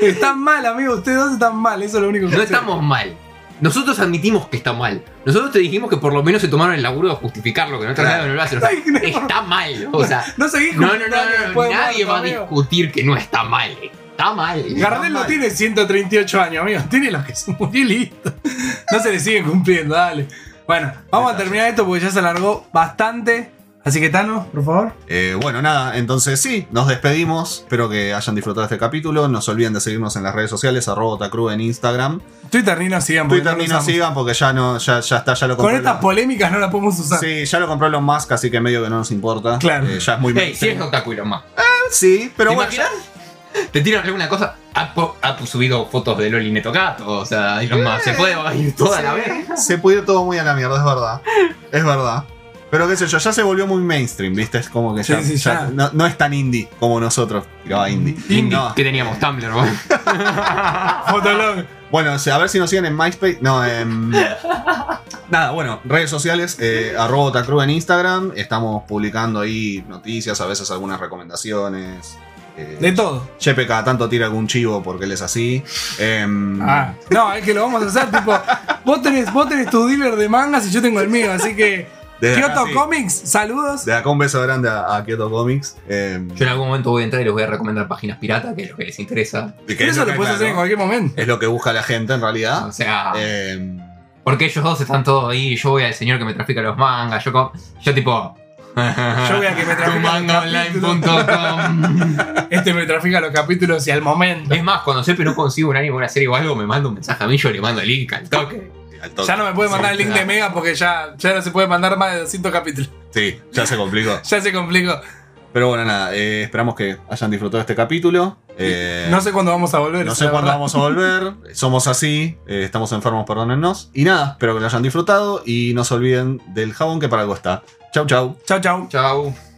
Speaker 2: Están mal, amigo. Ustedes dos están mal. Eso es lo único que
Speaker 3: No
Speaker 2: sé.
Speaker 3: estamos mal. Nosotros admitimos que está mal. Nosotros te dijimos que por lo menos se tomaron el laburo de justificarlo, que no trataron de lo hacer. O sea,
Speaker 2: Ay, no.
Speaker 3: está mal. O sea,
Speaker 2: No seguís
Speaker 3: no, no, no,
Speaker 2: juntando
Speaker 3: no,
Speaker 2: después de
Speaker 3: nadie
Speaker 2: muerto,
Speaker 3: va a
Speaker 2: amigo.
Speaker 3: discutir que no está mal. Está mal.
Speaker 2: Gardel no
Speaker 1: mal.
Speaker 2: tiene 138 años, amigo. Tiene los que se murió y listo. No se le siguen cumpliendo, dale. Bueno, vamos a terminar esto porque ya se alargó bastante. Así que, Tano, por favor.
Speaker 1: Eh, bueno, nada, entonces sí, nos despedimos. Espero que hayan disfrutado este capítulo. No se olviden de seguirnos en las redes sociales, arroba Otacru en Instagram.
Speaker 2: Twitter ni nos sigan. porque
Speaker 1: Twitter
Speaker 2: no lo
Speaker 1: ni nos
Speaker 2: usamos.
Speaker 1: sigan porque ya no, ya, ya está, ya lo
Speaker 2: Con
Speaker 1: compró.
Speaker 2: estas
Speaker 1: Elon-
Speaker 2: polémicas no la podemos usar.
Speaker 1: Sí, ya lo compró Elon Musk, así que medio que no nos importa.
Speaker 2: Claro.
Speaker 1: Eh, ya es muy
Speaker 3: Ey, si
Speaker 1: mainstream.
Speaker 3: es otaku y lo más.
Speaker 1: Sí, pero
Speaker 3: ¿Te
Speaker 1: bueno.
Speaker 3: imaginas? Te tiran alguna cosa. Ha, po- ha pu- subido fotos de Loli Neto Gato. O sea, y lo más. Se puede ir toda la vez.
Speaker 1: ya- Se puede ir todo muy a la mierda, es verdad. Es verdad. Pero qué sé yo, ya se volvió muy mainstream, ¿viste? Es como que ya,
Speaker 2: Sí, sí,
Speaker 1: ya
Speaker 2: ya.
Speaker 1: No, no es tan indie como nosotros. Tiraba indie.
Speaker 3: Indie,
Speaker 1: No.
Speaker 3: que teníamos
Speaker 1: (laughs)
Speaker 3: Tumblr, ¿no?
Speaker 2: Fotolog.
Speaker 1: Bueno, o sea, a ver si nos siguen en MySpace. No,
Speaker 3: (laughs)
Speaker 1: em, Nada, bueno, redes sociales, eh, arroba Otacru en Instagram. Estamos publicando ahí noticias, a veces algunas recomendaciones. eh,
Speaker 2: De todo.
Speaker 1: Chepe cada tanto tira algún chivo porque él es así. Em,
Speaker 2: Ah, no, es que lo vamos a hacer, tipo, vos tenés, vos tenés tu dealer de mangas y yo tengo el mío, así que
Speaker 1: Desde
Speaker 2: Kyoto
Speaker 1: acá, Eh, sí.
Speaker 2: Comics, saludos.
Speaker 1: Desde acá un beso grande a, a Kyoto Comics. Eh,
Speaker 3: Yo en algún momento voy a entrar y les voy a recomendar páginas pirata, que es lo que les interesa.
Speaker 1: que
Speaker 2: Pero
Speaker 1: es
Speaker 2: eso
Speaker 1: lo
Speaker 2: lo
Speaker 1: que-
Speaker 2: puedes hacer Ah. en
Speaker 1: claro,
Speaker 2: cualquier momento.
Speaker 1: Es lo que busca la gente en realidad.
Speaker 3: O sea,
Speaker 1: Ah. Eh,
Speaker 3: porque ellos dos están todos ahí. Yo voy al señor que me trafica los mangas. Yo, como- yo tipo.
Speaker 1: Ah,
Speaker 2: Yo
Speaker 3: (laughs)
Speaker 2: voy a que me trafica los
Speaker 3: tumangaonline.com.
Speaker 2: Este me trafica los capítulos y al momento.
Speaker 3: Es más, cuando siempre no consigo un anime, una serie o algo, me manda un mensaje a mí, yo le mando el link al toque.
Speaker 1: al toque.
Speaker 2: Ya no me puede mandar el link de Mega porque ya, ya no se puede mandar más de 200 capítulos. (laughs)
Speaker 1: Sí, ya se complicó.
Speaker 2: Ya se complicó.
Speaker 1: Pero bueno, nada, eh, esperamos que hayan disfrutado este capítulo. Eh,
Speaker 2: No sé cuándo vamos a volver.
Speaker 1: No
Speaker 2: es
Speaker 1: sé
Speaker 2: la
Speaker 1: cuándo
Speaker 2: verdad.
Speaker 1: vamos a
Speaker 2: (laughs)
Speaker 1: volver. Somos así. eh, estamos enfermos, perdónennos. Y nada, espero que lo hayan disfrutado. Y no se olviden del jabón que para algo está. Chau, chau.
Speaker 2: Chau, chau.
Speaker 3: Chao.